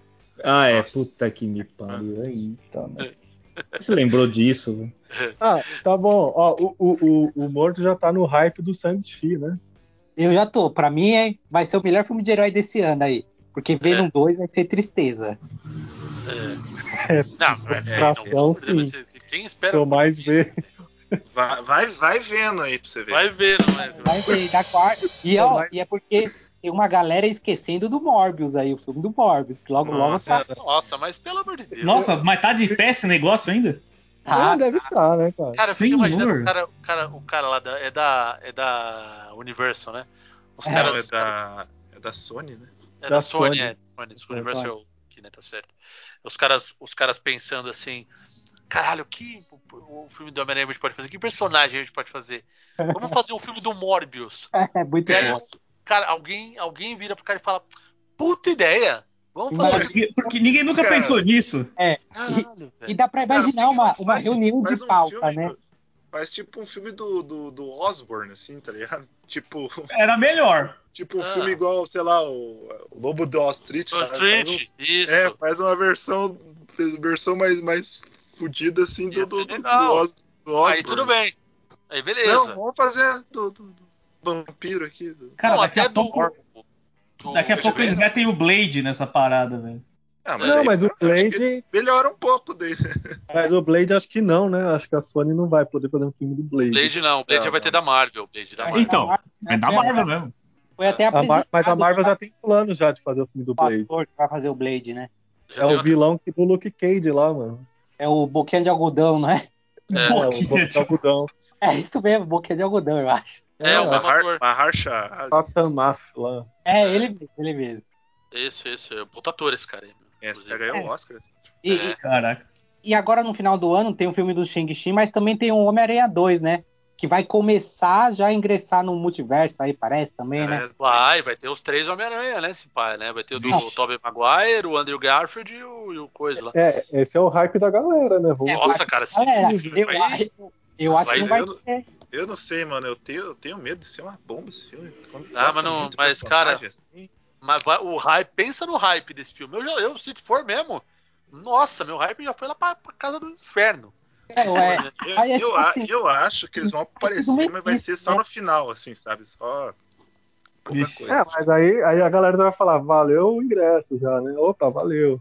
Speaker 2: Ah, é.
Speaker 4: Nossa.
Speaker 2: Puta que me
Speaker 8: é
Speaker 2: pariu.
Speaker 1: então,
Speaker 2: Eita, né? Você lembrou disso? velho?
Speaker 1: Ah, tá bom. Ó, o, o, o, o Morto já tá no hype do Shang-Chi, né?
Speaker 7: eu já tô. Pra mim, é, vai ser o melhor filme de herói desse ano aí. Porque Venom 2 vai ser tristeza.
Speaker 3: Não,
Speaker 1: Fração, sim.
Speaker 3: Quem espera
Speaker 1: Tô mais ver.
Speaker 4: Vai, vai, vai vendo aí pra você ver.
Speaker 3: vai ver, não é?
Speaker 7: Vai ser da quarta. E, ó, e é porque tem uma galera esquecendo do Morbius aí, o filme do Morbius, que logo, logo
Speaker 4: Nossa.
Speaker 7: sai.
Speaker 3: Nossa, mas pelo amor de Deus.
Speaker 8: Nossa, mas tá de pé esse negócio ainda?
Speaker 1: Ah,
Speaker 7: Ah,
Speaker 1: deve estar, tá, né, cara?
Speaker 3: Cara, eu fico
Speaker 8: Senhor.
Speaker 3: imaginando o cara, o cara, o cara lá da, é da é da Universal, né? Os
Speaker 7: É,
Speaker 4: Não, é
Speaker 3: caras é, da,
Speaker 4: da, é da Sony, né?
Speaker 3: é da,
Speaker 1: da
Speaker 3: Sony,
Speaker 1: Sony.
Speaker 3: é, Sony, os
Speaker 7: Da
Speaker 3: Universal, que né, tá certo. Os caras, os caras pensando assim, caralho, que o, o filme do Homem-Aranha a gente pode fazer? Que personagem a gente pode fazer? Vamos fazer o filme do Morbius.
Speaker 7: é muito
Speaker 3: E aí,
Speaker 7: bom.
Speaker 3: cara, alguém, alguém vira pro cara e fala, puta ideia! Vamos fazer.
Speaker 8: Porque, porque ninguém nunca
Speaker 4: Cara.
Speaker 8: pensou nisso.
Speaker 3: Caralho,
Speaker 7: E
Speaker 3: velho.
Speaker 7: dá pra imaginar uma, uma
Speaker 4: Faz-
Speaker 7: reunião de
Speaker 4: faz um
Speaker 7: pauta,
Speaker 4: filme,
Speaker 7: né?
Speaker 4: Faz tipo um filme do, do, do Osborne, assim, tá ligado? Tipo,
Speaker 8: Era melhor.
Speaker 4: tipo um
Speaker 3: Ah.
Speaker 4: filme igual, sei lá, o, o Lobo do Wall Street.
Speaker 8: tá
Speaker 3: Wall
Speaker 4: sabe? Faz um-
Speaker 3: Street, isso.
Speaker 4: É, faz uma versão versão mais mais fodida assim do,
Speaker 3: Ia
Speaker 4: do,
Speaker 3: ser
Speaker 4: do, do,
Speaker 3: legal.
Speaker 4: Os- do Osborn.
Speaker 3: Aí tudo bem. Aí
Speaker 4: Não,
Speaker 3: beleza.
Speaker 4: vamos fazer do, do- do vampiro aqui. do-
Speaker 8: Cara,
Speaker 3: Não,
Speaker 8: daqui a
Speaker 3: até do-
Speaker 8: pouco. Daqui a pouco eles metem o Blade nessa parada, velho.
Speaker 4: Ah,
Speaker 1: não,
Speaker 4: aí
Speaker 1: mas o Blade.
Speaker 4: Melhora um pouco dele.
Speaker 1: Mas o Blade acho que não, né? Acho que a Sony não vai poder fazer um filme do Blade.
Speaker 3: Blade não, Blade
Speaker 4: Não,
Speaker 3: já vai ter da Marvel. Blade da Marvel.
Speaker 8: Então, é da Marvel mesmo.
Speaker 7: né? Foi até
Speaker 1: A Mar- mas a
Speaker 7: apresentado
Speaker 1: Marvel já tá Ah. tem plano já de fazer o filme do
Speaker 7: o
Speaker 1: Blade.
Speaker 7: ator que vai fazer o Blade, né?
Speaker 3: Já
Speaker 1: É
Speaker 3: tem
Speaker 1: o
Speaker 3: outra-
Speaker 1: vilão que do Luke Cage lá, mano.
Speaker 7: É o boquinha de algodão, não é?
Speaker 1: É,
Speaker 3: É.
Speaker 1: o Bob
Speaker 8: Boquete.
Speaker 1: Salgudão.
Speaker 7: É isso mesmo, boquinha de algodão, eu acho.
Speaker 3: É, o
Speaker 1: É,
Speaker 3: mesmo ator.
Speaker 4: Maharsha. ah,
Speaker 1: Tata Maf lá.
Speaker 7: É, ele mesmo, ele mesmo.
Speaker 3: Isso, isso. É um puta ator esse cara aí. meu.
Speaker 4: Esse
Speaker 3: Inclusive.
Speaker 4: cara ganhou o Oscar.
Speaker 7: E,
Speaker 3: É.
Speaker 8: Caraca.
Speaker 7: e agora no final do ano tem o filme do Shang-Chi, mas também tem o Homem-Aranha 2, né? Que vai começar já a ingressar no multiverso aí, parece também, né?
Speaker 4: É,
Speaker 3: Vai, vai ter os três Homem-Aranha, né, esse pai, né? Vai ter o do
Speaker 8: Vixe.
Speaker 3: Tobey Maguire, o Andrew Garfield e o, e o coisa lá.
Speaker 1: É, esse é o hype da galera, né? Vamos ver.
Speaker 3: Nossa, cara, esse
Speaker 7: Galera,
Speaker 3: filme
Speaker 7: eu,
Speaker 3: vai-
Speaker 7: acho- eu acho
Speaker 3: vai
Speaker 7: que não vai
Speaker 4: ver,
Speaker 7: ter.
Speaker 4: Eu não sei, mano. Eu tenho, eu tenho medo de ser uma bomba esse filme. Quando
Speaker 3: Ah,
Speaker 4: bota
Speaker 3: mas não-
Speaker 4: muito
Speaker 3: mas,
Speaker 4: personagem
Speaker 3: cara,
Speaker 4: assim,
Speaker 3: Mas vai- o hype, pensa no hype desse filme. Eu, já, eu se for mesmo, nossa, meu hype já foi lá pra, pra casa do inferno.
Speaker 7: É, ué.
Speaker 4: eu,
Speaker 7: Aí é
Speaker 4: eu
Speaker 7: tipo
Speaker 4: a-
Speaker 7: assim,
Speaker 4: eu acho que eles vão aparecer, mas vai ser só
Speaker 7: né?
Speaker 4: no final, assim, sabe? Só. pouca
Speaker 8: Vixe.
Speaker 1: É, mas aí, aí a galera já vai falar, valeu o ingresso já, né? Opa, valeu.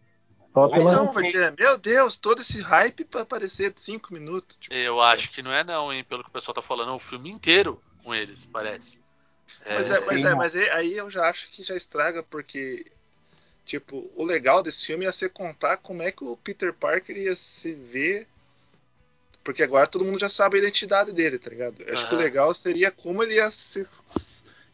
Speaker 1: Só
Speaker 7: Aí
Speaker 1: pela...
Speaker 4: Não, vai dizer, meu Deus, todo esse hype pra aparecer 5 minutos. Tipo,
Speaker 3: Eu acho que não é não, hein? Pelo que o pessoal tá falando, é o filme inteiro com eles, parece. É,
Speaker 4: Mas, é, mas,
Speaker 7: sim,
Speaker 4: é,
Speaker 7: mano.
Speaker 4: mas aí- aí eu já acho que já estraga, porque, tipo, o legal desse filme ia ser contar como é que o Peter Parker ia se ver. Porque agora todo mundo já sabe a identidade dele, tá ligado? Eu Acho que o
Speaker 3: Aham.
Speaker 4: legal seria como ele ia se.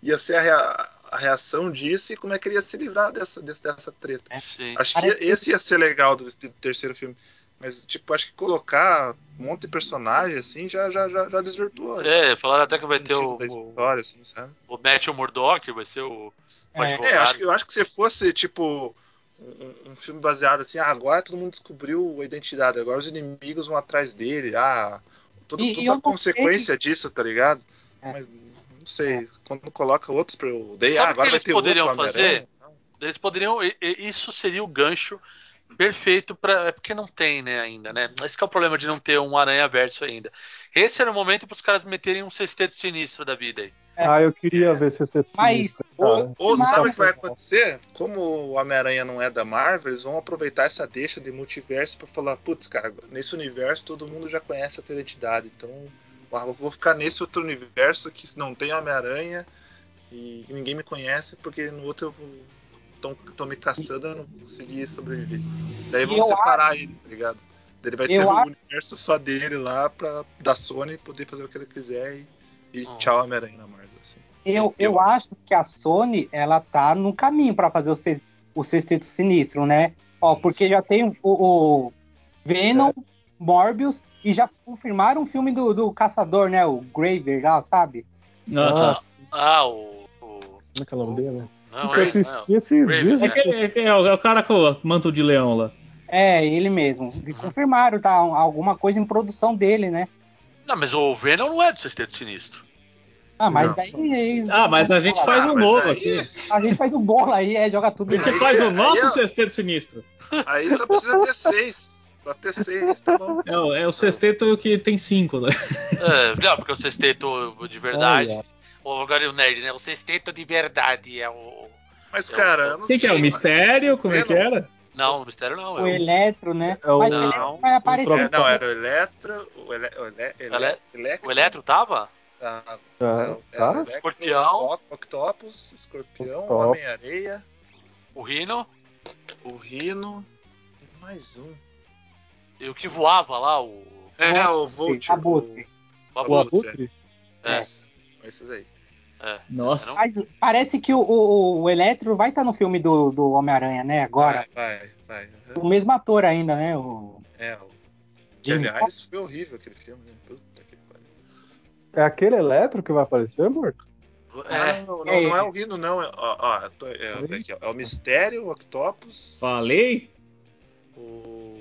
Speaker 4: ia ser a, rea- a reação disso e como é que ele ia se livrar dessa, desse- dessa treta.
Speaker 3: sim.
Speaker 4: Acho
Speaker 7: Parece
Speaker 4: que
Speaker 7: que-
Speaker 4: esse ia ser legal do, do terceiro filme. Mas, tipo, acho que colocar um monte de personagem assim já, já, já, já desvirtua.
Speaker 3: É, falaram até que vai ter
Speaker 4: sentido
Speaker 3: o,
Speaker 4: da história, assim, sabe?
Speaker 3: o, o Matthew Murdock, vai ser o, o
Speaker 7: É,
Speaker 4: É, acho
Speaker 3: advogado.
Speaker 4: que, eu acho que se fosse, tipo, um, um filme baseado assim, ah, agora todo mundo descobriu a identidade, agora os inimigos vão atrás dele, ah, tudo,
Speaker 7: E-
Speaker 4: tudo
Speaker 7: e eu
Speaker 4: a
Speaker 7: não
Speaker 4: consequência disso, tá ligado?
Speaker 7: É.
Speaker 4: Mas não sei, quando coloca outros pra eu dei,
Speaker 3: Sabe
Speaker 4: ah,
Speaker 3: o
Speaker 4: agora
Speaker 3: que
Speaker 4: vai
Speaker 3: eles
Speaker 4: ter
Speaker 3: poderiam
Speaker 4: outro
Speaker 3: fazer? Eles poderiam. e- e- Isso seria o gancho perfeito para. É porque não tem, né, ainda, né? Esse que é o problema de não ter um Aranha Verso ainda. Esse era o momento para os caras meterem um sexteto sinistro da vida aí.
Speaker 1: Ah, eu queria ver Sexteto
Speaker 7: É. Mas
Speaker 1: Sinistro,
Speaker 7: o-
Speaker 1: cara.
Speaker 4: Ou
Speaker 7: Mas-
Speaker 4: sabe o que vai acontecer? Como o Homem-Aranha não é da Marvel, eles vão aproveitar essa deixa de multiverso pra falar, putz, cara, nesse universo todo mundo já conhece a tua identidade, então ah, eu vou ficar nesse outro universo que não tem Homem-Aranha e ninguém me conhece, porque no outro eu vou. Tão, tão me caçando, eu não vou conseguir sobreviver. Daí
Speaker 7: Eu
Speaker 4: vão separar ele, tá ligado? Daí Ele vai ter
Speaker 7: Eu
Speaker 4: um
Speaker 7: acho-
Speaker 4: universo só dele lá pra, da Sony poder fazer o que ele quiser e, e
Speaker 3: Hum.
Speaker 4: tchau Homem-Aranha na Marvel. Assim.
Speaker 7: Eu, eu
Speaker 4: Eu-
Speaker 7: acho que a Sony, ela tá no caminho pra fazer o, sex- o Sexteto Sinistro, né? Ó, porque já tem o, o Venom,
Speaker 4: É.
Speaker 7: Morbius, e já confirmaram o filme do, do Caçador, né? O Graver lá, sabe?
Speaker 8: Ah, tá.
Speaker 1: Nossa,
Speaker 3: Ah, o. o-
Speaker 1: como é que é o nome dele? né?
Speaker 3: não,
Speaker 1: eu
Speaker 3: é,
Speaker 1: assisti esses
Speaker 3: Raven,
Speaker 1: dias.
Speaker 3: né?
Speaker 8: É, que- é que é o é o cara com o manto de leão lá.
Speaker 7: É, ele mesmo. E confirmaram, tá? Alguma coisa em produção dele, né?
Speaker 3: não. não, mas o Venom não é do sexteto sinistro.
Speaker 7: Ah, mas
Speaker 4: Não.
Speaker 7: daí. eles-
Speaker 8: Ah, mas a gente faz
Speaker 4: Ah,
Speaker 8: um
Speaker 4: mas
Speaker 8: novo
Speaker 4: aí-
Speaker 8: aqui.
Speaker 7: A gente faz o bolo aí, é, joga tudo.
Speaker 8: A gente
Speaker 4: Aí-
Speaker 8: faz o
Speaker 4: aí
Speaker 8: nosso
Speaker 4: eu-
Speaker 8: sexteto sinistro.
Speaker 4: Aí só precisa ter seis. Só ter seis, tá bom.
Speaker 8: É, o- é o sexteto que tem cinco, né?
Speaker 3: É, não, porque o sexteto de verdade.
Speaker 1: Olha.
Speaker 3: O agora é o nerd, né? O sexteto de verdade é o.
Speaker 4: Mas, cara, eu não
Speaker 8: Quem
Speaker 4: sei.
Speaker 8: que é? O mistério? Como é que era?
Speaker 3: Não, o mistério não. É
Speaker 7: O
Speaker 3: o...
Speaker 7: Eletro, né?
Speaker 1: É o-
Speaker 7: mas
Speaker 3: Não,
Speaker 7: vai aparecer.
Speaker 4: É, não, era o Electro. O ele, o ele, ele,
Speaker 3: Ele-
Speaker 4: Electro.
Speaker 3: o Eletro tava?
Speaker 4: tá,
Speaker 1: Ah,
Speaker 4: era o
Speaker 1: tá?
Speaker 4: Electro,
Speaker 3: Escorpião.
Speaker 4: Oct- Octopus, Escorpião,
Speaker 1: Octopus.
Speaker 4: Homem-Areia,
Speaker 3: O Rhino.
Speaker 4: o Rino. e Mais um.
Speaker 3: E o que voava lá, o.
Speaker 4: É, o Vulture.
Speaker 7: Abutre.
Speaker 3: o
Speaker 1: O
Speaker 3: Abutre.
Speaker 1: Abutre?
Speaker 3: É,
Speaker 4: o- É. Esses aí.
Speaker 3: é.
Speaker 8: Nossa.
Speaker 7: Mas parece que o, o, o Eletro vai estar no filme do, do Homem-Aranha, né? Agora.
Speaker 4: Vai, vai. vai.
Speaker 7: O mesmo ator ainda, né? O
Speaker 4: É, o... Que,
Speaker 7: Jimmy
Speaker 4: aliás, foi horrível aquele filme. Né? Puta que pariu.
Speaker 1: É aquele Eletro que vai aparecer, Morto?
Speaker 3: É,
Speaker 4: Não, não,
Speaker 7: É
Speaker 4: não é
Speaker 7: ele.
Speaker 4: o Rino, não. É, ó, ó, eu tô- é, olha aqui, ó. é o Mistério, o Octopus,
Speaker 8: Falei?
Speaker 4: o.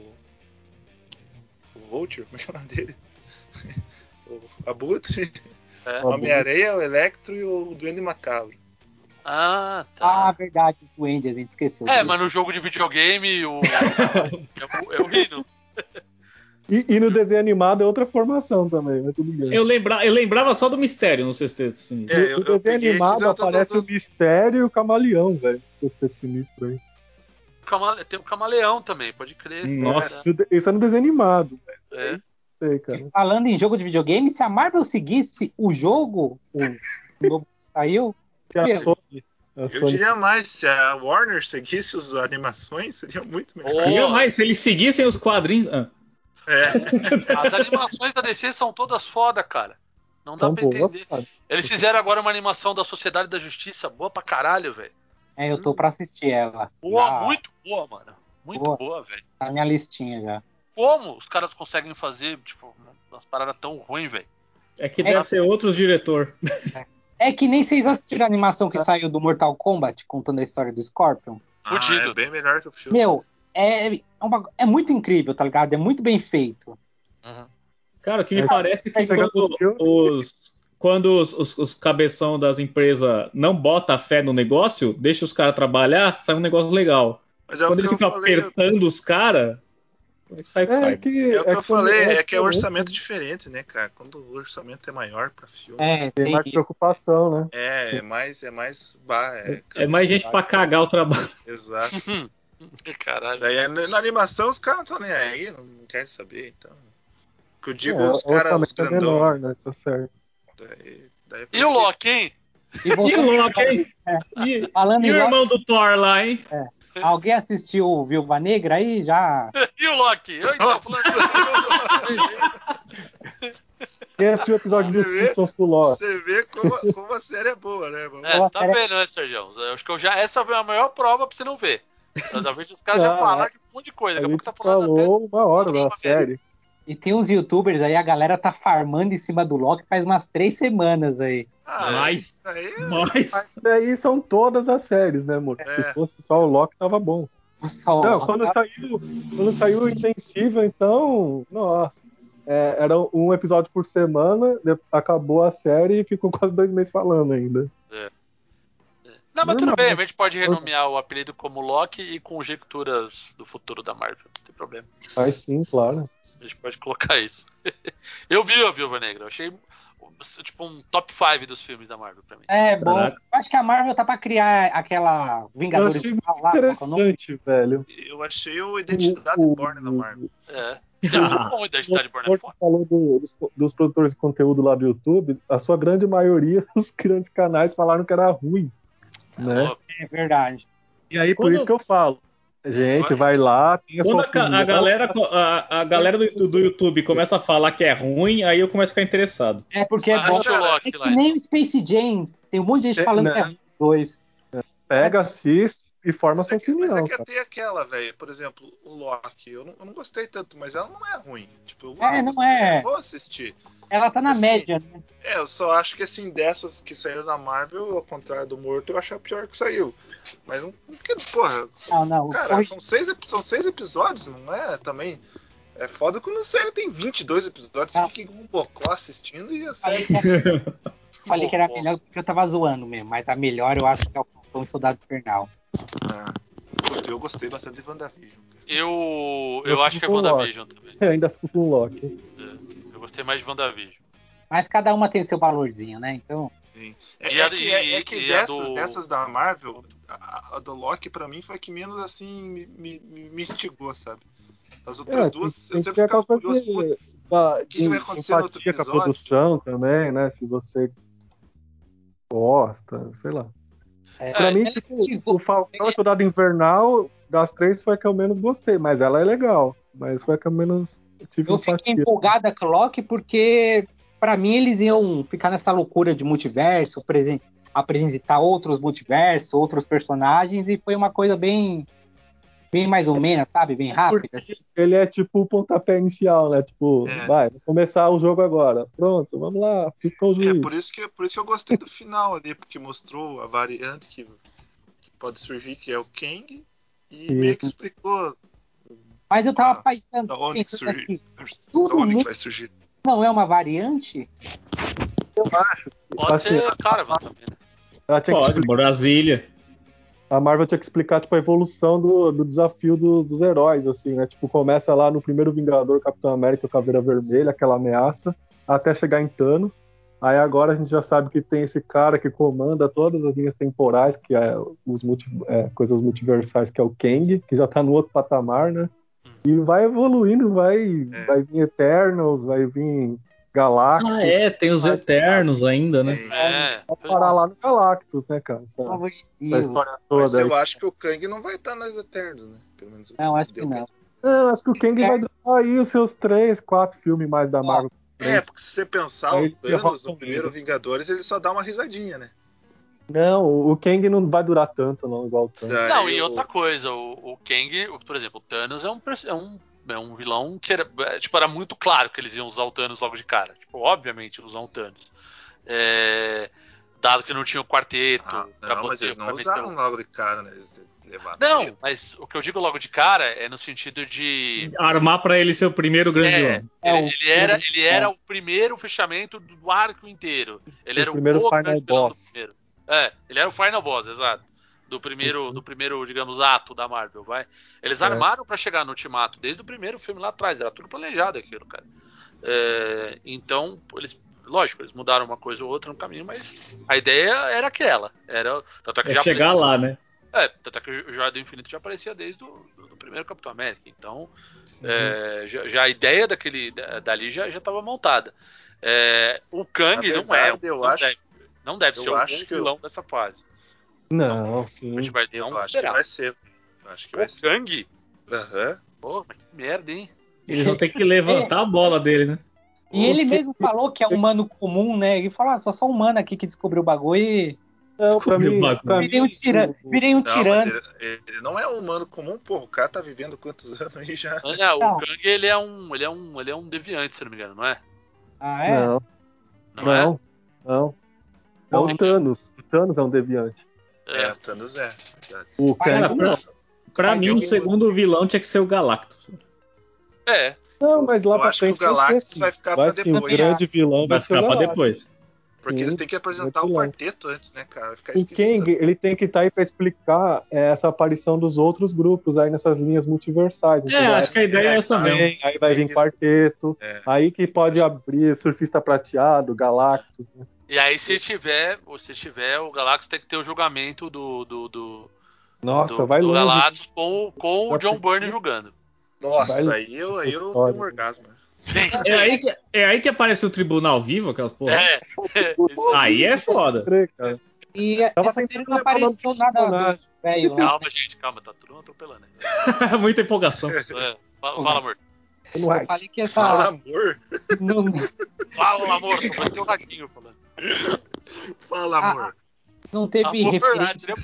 Speaker 4: O Vulture, como é que é o nome dele? O Abutre,
Speaker 3: é.
Speaker 4: o Homem-Areia, o Electro e o Duende Macabro.
Speaker 3: Ah,
Speaker 7: Ah,
Speaker 3: tá.
Speaker 7: verdade, o Duende, a gente esqueceu.
Speaker 3: é,
Speaker 7: dele.
Speaker 3: mas no jogo de videogame, o. é o, é o Rino.
Speaker 1: E, e no desenho animado é outra formação também, mas tudo bem.
Speaker 2: Eu, lembra, eu lembrava só do mistério no Sexteto Sinistro.
Speaker 1: No-
Speaker 3: É, eu-
Speaker 1: no
Speaker 3: eu
Speaker 1: desenho
Speaker 3: peguei aqui,
Speaker 1: animado
Speaker 3: não, tô- tô-
Speaker 1: aparece
Speaker 3: tô-
Speaker 1: o mistério e o camaleão, velho. Sexteto sinistro aí.
Speaker 3: Camale- Tem o camaleão também, pode crer.
Speaker 1: Isso, isso é no desenho animado, velho.
Speaker 3: É, é.
Speaker 1: Sei, cara.
Speaker 7: Falando em jogo de videogame, se a Marvel seguisse o jogo, o novo que saiu,
Speaker 1: Se a
Speaker 7: Meu,
Speaker 1: Sony. A
Speaker 4: Eu
Speaker 1: Sony
Speaker 4: diria mais, se a Warner seguisse as animações, seria muito melhor.
Speaker 1: é
Speaker 3: Ô,
Speaker 2: Diga mais, se eles seguissem os quadrinhos. Ah,
Speaker 4: É,
Speaker 3: As animações da DC são todas foda, cara. Não dá
Speaker 1: são
Speaker 3: pra
Speaker 1: boas,
Speaker 3: entender.
Speaker 1: cara.
Speaker 3: Eles fizeram agora uma animação da Sociedade da Justiça, boa pra caralho, velho.
Speaker 7: é, eu tô pra assistir ela.
Speaker 3: Boa,
Speaker 1: Ah.
Speaker 7: Na-
Speaker 3: muito boa, mano. Muito
Speaker 7: Boa.
Speaker 3: boa, velho.
Speaker 7: Na minha listinha já.
Speaker 3: Como os caras conseguem fazer, tipo, umas paradas tão ruins, velho?
Speaker 2: é que deve ser outros diretor.
Speaker 7: É que nem vocês assistiram a animação que saiu do Mortal Kombat, contando a história do Scorpion.
Speaker 4: Ah,
Speaker 3: Fudido.
Speaker 4: é bem melhor que o filme.
Speaker 7: Meu, é, é, uma- é muito incrível, tá ligado? É muito bem feito.
Speaker 2: Cara, o que me
Speaker 1: É,
Speaker 2: parece é que
Speaker 1: você já conseguiu?
Speaker 2: quando os, quando os, os, os cabeção das empresas não bota fé no negócio, deixa os caras trabalhar, sai um negócio legal.
Speaker 4: Mas é o
Speaker 2: quando
Speaker 4: que
Speaker 2: eles
Speaker 4: eu
Speaker 2: ficam
Speaker 4: falei,
Speaker 2: apertando os caras, sai o que sai.
Speaker 1: É que,
Speaker 4: é o que
Speaker 1: é
Speaker 4: eu
Speaker 1: que
Speaker 4: falei,
Speaker 1: quando-
Speaker 4: é que é um orçamento diferente, né, cara? Quando o orçamento é maior pra filme,
Speaker 7: É,
Speaker 1: Tem
Speaker 7: tem
Speaker 1: mais
Speaker 7: isso.
Speaker 1: preocupação, né?
Speaker 4: é, é mais, é mais, ba- é,
Speaker 2: É mais gente pra cagar o trabalho.
Speaker 4: Exato.
Speaker 3: Caralho.
Speaker 4: Daí é- na animação os caras não estão nem aí, não- não querem saber, então. O Que eu digo
Speaker 1: é,
Speaker 4: os
Speaker 1: o
Speaker 4: caras, os
Speaker 1: orçamento é
Speaker 4: grandão.
Speaker 1: menor, né? Tá certo.
Speaker 4: daí- daí-
Speaker 3: E o Loki, hein?
Speaker 7: E
Speaker 2: E o
Speaker 7: voltando-
Speaker 2: Loki, hein? E,
Speaker 7: falando
Speaker 2: e
Speaker 7: em
Speaker 2: o
Speaker 7: Loki,
Speaker 2: irmão do Thor lá, hein?
Speaker 7: alguém assistiu o Viúva Negra aí? Já?
Speaker 3: E o Loki? Eu então, falando-
Speaker 1: Quem assistiu é o episódio dos
Speaker 4: Você vê?
Speaker 1: Simpsons pro Loki?
Speaker 4: Você vê como, a- como a série é boa, né, mano?
Speaker 3: É, você tá vendo, né, Sérgio? Eu acho que eu já, essa foi a maior prova pra você não ver. Da vez os caras já
Speaker 1: Ah,
Speaker 3: falaram de um monte de coisa.
Speaker 1: A
Speaker 3: Daqui a pouco
Speaker 1: gente
Speaker 3: tá falando até
Speaker 1: falou uma hora da
Speaker 3: Loki,
Speaker 1: série.
Speaker 7: E tem uns youtubers aí, a galera tá farmando em cima do Loki faz umas três semanas aí.
Speaker 4: Ah,
Speaker 2: Mas-
Speaker 4: isso aí é-
Speaker 2: Mas.
Speaker 1: Mas daí são todas as séries, né, amor?
Speaker 4: É.
Speaker 1: Se fosse só o Loki, tava bom.
Speaker 7: O sol. Tá
Speaker 1: Não, quando saiu, quando saiu o Intensivo, então, nossa. É, era um episódio por semana, de- acabou a série e ficou quase dois meses falando ainda.
Speaker 3: Não, mas tudo
Speaker 1: Normal.
Speaker 3: bem, a gente pode renomear o apelido como Loki e conjecturas do futuro da Marvel, não tem problema.
Speaker 1: Mas sim, claro.
Speaker 3: A gente pode colocar isso. eu vi a Viúva Negra, eu achei tipo um top 5 dos filmes da Marvel pra mim.
Speaker 7: É bom.
Speaker 2: Caraca.
Speaker 7: Eu Acho que a Marvel tá pra criar aquela
Speaker 1: Eu
Speaker 7: Vingadores
Speaker 1: achei muito
Speaker 7: lá, lá, qual que é o nome?
Speaker 1: interessante, velho.
Speaker 4: eu achei o Identidade
Speaker 1: O- o-
Speaker 4: Born né, da Marvel.
Speaker 3: É. Tem muito bom da Cidade Born é
Speaker 1: Você
Speaker 3: foda.
Speaker 1: falou do- dos, dos produtores de conteúdo lá do YouTube, a sua grande maioria, os grandes canais falaram que era ruim. Né?
Speaker 3: Ó,
Speaker 7: É verdade.
Speaker 1: E aí, por
Speaker 2: Quando-
Speaker 1: isso que eu falo. Gente, vai lá, tem a
Speaker 2: Quando
Speaker 1: sua
Speaker 2: a, ca- a
Speaker 1: opinião.
Speaker 2: galera, co- a, a galera do, do- do YouTube começa a falar que é ruim, aí eu começo a ficar interessado.
Speaker 7: É porque é bom.
Speaker 3: Acha o
Speaker 7: É
Speaker 3: Loki lá.
Speaker 7: que nem o Space Jam. Tem um monte de gente
Speaker 1: É,
Speaker 7: falando
Speaker 1: né?
Speaker 7: que é ruim dois.
Speaker 1: pega, assiste e forma
Speaker 4: Mas
Speaker 1: sua
Speaker 4: é, que, mas é
Speaker 1: opinião.
Speaker 4: que
Speaker 1: cara.
Speaker 4: tem aquela, velho, por exemplo, o Loki. Eu não, eu não gostei tanto, mas ela não é ruim. Tipo, eu
Speaker 7: É, não é.
Speaker 4: eu vou assistir.
Speaker 7: Ela tá na
Speaker 4: Assim,
Speaker 7: média, né?
Speaker 4: É, eu só acho que assim, dessas que saíram da Marvel, ao contrário do Morto, eu acho a pior que saiu. Mas não. Porque, porra, são-
Speaker 7: Não, não.
Speaker 4: cara, são seis, ep- são seis episódios, não é? Também. É foda quando a série tem 22 episódios, você
Speaker 7: Ah.
Speaker 4: fica com um bocó assistindo e assim, a
Speaker 7: Falei
Speaker 4: série.
Speaker 7: que era, falei que era
Speaker 3: Pô,
Speaker 7: melhor porque eu tava zoando mesmo, mas a melhor eu acho que é o Falcão e Soldado Infernal.
Speaker 4: Ah, putz, eu gostei bastante de WandaVision.
Speaker 3: Eu,
Speaker 1: Eu
Speaker 3: eu acho que é
Speaker 1: fico com o Loki.
Speaker 3: WandaVision também.
Speaker 1: Eu ainda fico com o Loki.
Speaker 3: Eu gostei mais de WandaVision.
Speaker 7: Mas cada uma tem seu valorzinho, né? Então,
Speaker 4: É,
Speaker 3: E a-
Speaker 4: é que, é- é
Speaker 3: e-
Speaker 4: que
Speaker 3: e a
Speaker 4: dessas,
Speaker 3: do-
Speaker 4: dessas da Marvel, a, a do Loki pra mim foi a que menos assim me, me, me instigou, sabe? As outras
Speaker 1: É,
Speaker 4: duas,
Speaker 1: tem-
Speaker 4: eu
Speaker 1: tem
Speaker 4: sempre
Speaker 1: que ter aquela
Speaker 4: ficava
Speaker 1: coisa
Speaker 4: curioso.
Speaker 1: de-
Speaker 4: putz,
Speaker 1: Da,
Speaker 4: que vai acontecer no outro
Speaker 1: empatia com a
Speaker 4: episódio?
Speaker 1: produção também, né? Se você gosta, sei lá.
Speaker 7: é,
Speaker 1: Pra mim,
Speaker 7: ela
Speaker 1: tipo,
Speaker 7: instigou-
Speaker 1: o Falcão e o Soldado Invernal, das três, foi a que eu menos gostei, mas ela é legal. Mas foi a que eu menos tive
Speaker 7: Eu fiquei
Speaker 1: empatia.
Speaker 7: empolgada com o Loki porque, pra mim, eles iam ficar nessa loucura de multiverso, presen- apresentar outros multiversos, outros personagens, e foi uma coisa bem, bem mais ou menos, sabe? Bem rápida. assim.
Speaker 1: Porque ele é tipo o pontapé inicial, né? Tipo,
Speaker 4: É.
Speaker 1: vai, vou começar o jogo agora. Pronto, vamos lá, fica o juiz.
Speaker 4: É por isso, que, por isso que eu gostei do final ali, porque mostrou a variante que, que pode surgir, que é o Kang, e meio que explicou
Speaker 7: Mas eu tava
Speaker 4: Ah,
Speaker 7: pensando,
Speaker 4: da onde
Speaker 7: pensando
Speaker 4: surgiu.
Speaker 7: aqui,
Speaker 4: da
Speaker 7: todo
Speaker 4: onde que
Speaker 7: mundo
Speaker 4: vai surgir.
Speaker 7: não é uma variante?
Speaker 1: eu acho.
Speaker 3: Pode
Speaker 1: Assim,
Speaker 3: ser a Caravan também. né?
Speaker 1: ela tinha que
Speaker 2: Pode,
Speaker 1: explicar
Speaker 2: Brasília.
Speaker 1: a Marvel tinha que explicar tipo, a evolução do, do desafio dos, dos heróis, assim, né? Tipo, começa lá no primeiro Vingador, Capitão América, o Caveira Vermelha, aquela ameaça, até chegar em Thanos. Aí agora a gente já sabe que tem esse cara que comanda todas as linhas temporais, que é os multi, é, coisas multiversais, que é o Kang, que já tá no outro patamar, né? E vai evoluindo, vai, é. vai vir Eternals, vai vir Galactus.
Speaker 2: Ah, é, tem os Eternos ah, ainda, né?
Speaker 1: É. Vai parar lá no Galactus, né, cara? Essa, essa história toda. Mas
Speaker 4: eu aí. acho que o Kang não vai estar nos Eternos, né? Pelo menos
Speaker 7: não, acho que não.
Speaker 1: não. acho que o Kang é. vai durar aí os seus três, quatro filmes mais da Marvel.
Speaker 4: É, porque se você pensar, aí, o Thanos no primeiro Vingadores, ele só dá uma risadinha, né?
Speaker 1: Não, o Kang não vai durar tanto, não, igual o Thanos.
Speaker 3: Não, e outra coisa, o, o Kang, por exemplo, o Thanos é um, é um é um vilão que era, tipo, era muito claro que eles iam usar o Thanos logo de cara. Tipo, obviamente usar o Thanos. É, dado que não tinha o quarteto. Ah,
Speaker 4: não, mas eles não usaram meter... logo de cara, né? Eles levaram
Speaker 3: um não, medo. mas o que eu digo logo de cara é no sentido de.
Speaker 2: Armar para ele ser o primeiro grande
Speaker 3: é,
Speaker 1: um
Speaker 3: ele, ele, era, ele era o primeiro fechamento do arco inteiro. Ele o era o
Speaker 1: primeiro final boss. Primeiro.
Speaker 3: É, ele era o final boss, exato do
Speaker 1: Uhum.
Speaker 3: primeiro, do primeiro, digamos, ato da Marvel, vai. Eles é. armaram para chegar no Ultimato desde o primeiro filme lá atrás, era tudo planejado aquilo, cara. É, então, eles, lógico, eles mudaram uma coisa ou outra no caminho, mas a ideia era aquela, era
Speaker 2: tanto é que é já chegar aparecia, lá, né?
Speaker 3: É, tanto é que o Jorge do Infinito já aparecia desde o do, do primeiro Capitão América, então é, já, já, a ideia daquele dali já já estava montada. o Kang verdade, não é, um,
Speaker 4: eu
Speaker 3: não
Speaker 4: acho,
Speaker 3: deve, não deve ser o vilão eu... Hum, dessa fase.
Speaker 1: Não, não sim.
Speaker 3: Vai, não
Speaker 4: eu acho será. que vai ser. Eu acho que
Speaker 3: vai o ser. Kang?
Speaker 4: Aham. Uhum.
Speaker 3: Pô, mas que merda, hein?
Speaker 2: Eles vão ter que levantar a bola deles, né?
Speaker 7: E ele mesmo falou que é humano comum, né? Ele falou, ah, só só humano aqui que descobriu o bagulho e.
Speaker 1: Não, pra mim, pra
Speaker 7: virei um tirano. Virei
Speaker 1: tá
Speaker 7: um tirano.
Speaker 4: Ele, ele, não é um humano comum, porra. O cara tá vivendo quantos anos aí já?
Speaker 3: Não, Ah, o Kang ele é um. Ele é um. Ele é um deviante, se não me engano, não é?
Speaker 7: Ah,
Speaker 1: é? Não. Não. Não. É, não. é o Thanos. O Thanos é um deviante.
Speaker 4: É, o Thanos é.
Speaker 2: O cara, pra, pra mim, o segundo vilão tinha que ser o Galactus.
Speaker 3: É.
Speaker 1: Não, mas lá eu pra frente
Speaker 4: o Galactus
Speaker 1: vai,
Speaker 4: vai ficar vai pra depois.
Speaker 1: Sim, o grande vilão vai, vai ficar pra
Speaker 2: depois.
Speaker 4: Porque sim, eles têm que apresentar o quarteto antes, né, cara?
Speaker 1: o Kang, ele tem que estar tá aí pra explicar é, essa aparição dos outros grupos aí nessas linhas multiversais.
Speaker 2: É, então, acho que a ideia é essa mesmo.
Speaker 1: Aí, aí vai vir quarteto, é. aí que pode abrir Surfista Prateado, Galactus, né?
Speaker 3: E aí, se tiver, se tiver, o Galactus tem que ter o julgamento do. do, do
Speaker 1: Nossa,
Speaker 3: do,
Speaker 1: vai
Speaker 3: do
Speaker 1: longe.
Speaker 3: Galactus com, com o John Byrne julgando.
Speaker 4: Nossa, vai aí eu, aí eu tenho um orgasmo.
Speaker 1: Ah.
Speaker 2: É aí, que, é aí que aparece o tribunal vivo, aquelas porra.
Speaker 3: É.
Speaker 2: aí é foda.
Speaker 7: E
Speaker 1: Então
Speaker 7: Tava essa série não apareceu nada.
Speaker 3: Velho, calma, lá. gente, calma, tá tudo atropelando aí.
Speaker 2: Muita empolgação.
Speaker 3: É. Fala, fala, amor.
Speaker 7: Eu falei que essa.
Speaker 4: Fala, amor.
Speaker 7: Não...
Speaker 3: Fala, amor, só vai ter um ratinho falando.
Speaker 4: Fala, amor.
Speaker 7: Ah, não teve amor, referência,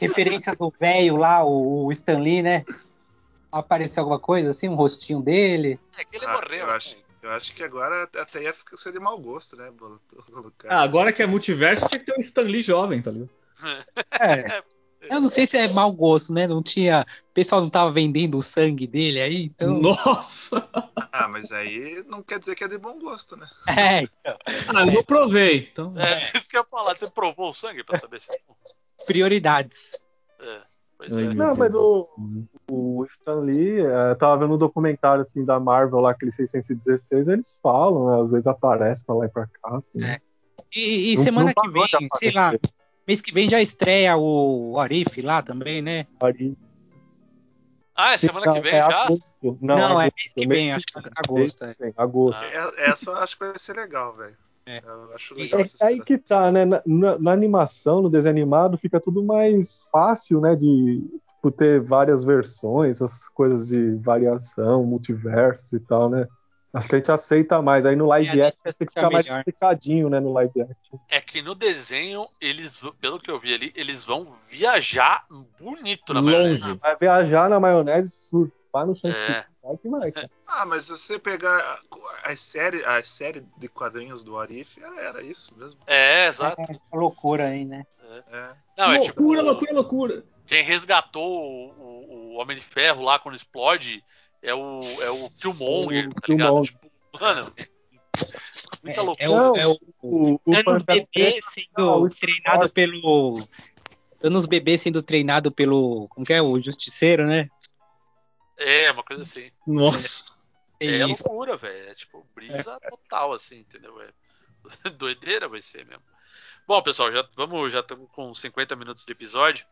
Speaker 7: referência do velho lá, o, o Stanley, né? Apareceu alguma coisa assim, um rostinho dele.
Speaker 3: É que ele ah, morreu.
Speaker 4: Eu acho, eu acho que agora até ia ser de mau gosto, né? Colocar.
Speaker 2: Ah, agora que é multiverso, tinha que ter um Stanley jovem, tá ligado?
Speaker 7: É. Eu não sei se é mau gosto, né? Não tinha. O pessoal não tava vendendo o sangue dele aí, então.
Speaker 2: Nossa!
Speaker 4: Ah, mas aí não quer dizer que é de bom gosto, né?
Speaker 7: É, então.
Speaker 2: Ah, eu não provei. Então...
Speaker 3: É, isso que eu ia falar. Você provou o sangue pra saber se é bom?
Speaker 7: Prioridades.
Speaker 3: É, pois
Speaker 1: é. Não, mas o, o Stan Lee, eu tava vendo um documentário assim da Marvel lá, aquele 616, eles falam, né? às vezes aparece pra lá e pra cá. Assim, é.
Speaker 7: E, e não, semana não que vem, sei lá, mês que vem já estreia o Arif lá também, né?
Speaker 1: Arif.
Speaker 3: Ah, é semana
Speaker 1: Tá,
Speaker 3: que vem é já?
Speaker 1: Agosto. Não,
Speaker 7: não agosto, é mês que vem, acho que agosto. É.
Speaker 1: agosto.
Speaker 4: Ah. É, essa eu acho que vai ser legal, velho.
Speaker 7: É.
Speaker 4: Eu acho
Speaker 1: legal é aí que tá, né? Na, na, na, animação, no desenho animado, fica tudo mais fácil, né? De tipo, ter várias versões, as coisas de variação, multiversos e tal, né? Acho que a gente aceita mais. Aí no
Speaker 7: É,
Speaker 1: live action tem que ficar mais explicadinho, né? No live action.
Speaker 3: É que no desenho, eles, pelo que eu vi ali, eles vão viajar bonito na
Speaker 2: Longe. maionese.
Speaker 1: Vai viajar na maionese, surfar no chantilly. É. Vai que vai, cara.
Speaker 4: Ah, mas se você pegar a, a, série, a série de quadrinhos do Arif, era, era isso mesmo.
Speaker 3: É, exato.
Speaker 7: É, loucura aí, né?
Speaker 3: É.
Speaker 2: Não, loucura, tipo, loucura, loucura.
Speaker 3: Quem resgatou o, o Homem de Ferro lá quando explode é o, é o Killmonger, tá ligado? Tipo, mano.
Speaker 7: É,
Speaker 3: Muita
Speaker 7: loucura. É, é, o, é o, o, o, o, o bebê sendo treinado pelo Anos bebês sendo treinado pelo. Como que é? O Justiceiro, né?
Speaker 3: É, uma coisa assim.
Speaker 2: Nossa.
Speaker 3: É, é loucura, velho. É tipo brisa total, assim, entendeu? É doideira vai ser mesmo. Bom, pessoal, já vamos, já estamos com 50 minutos de episódio.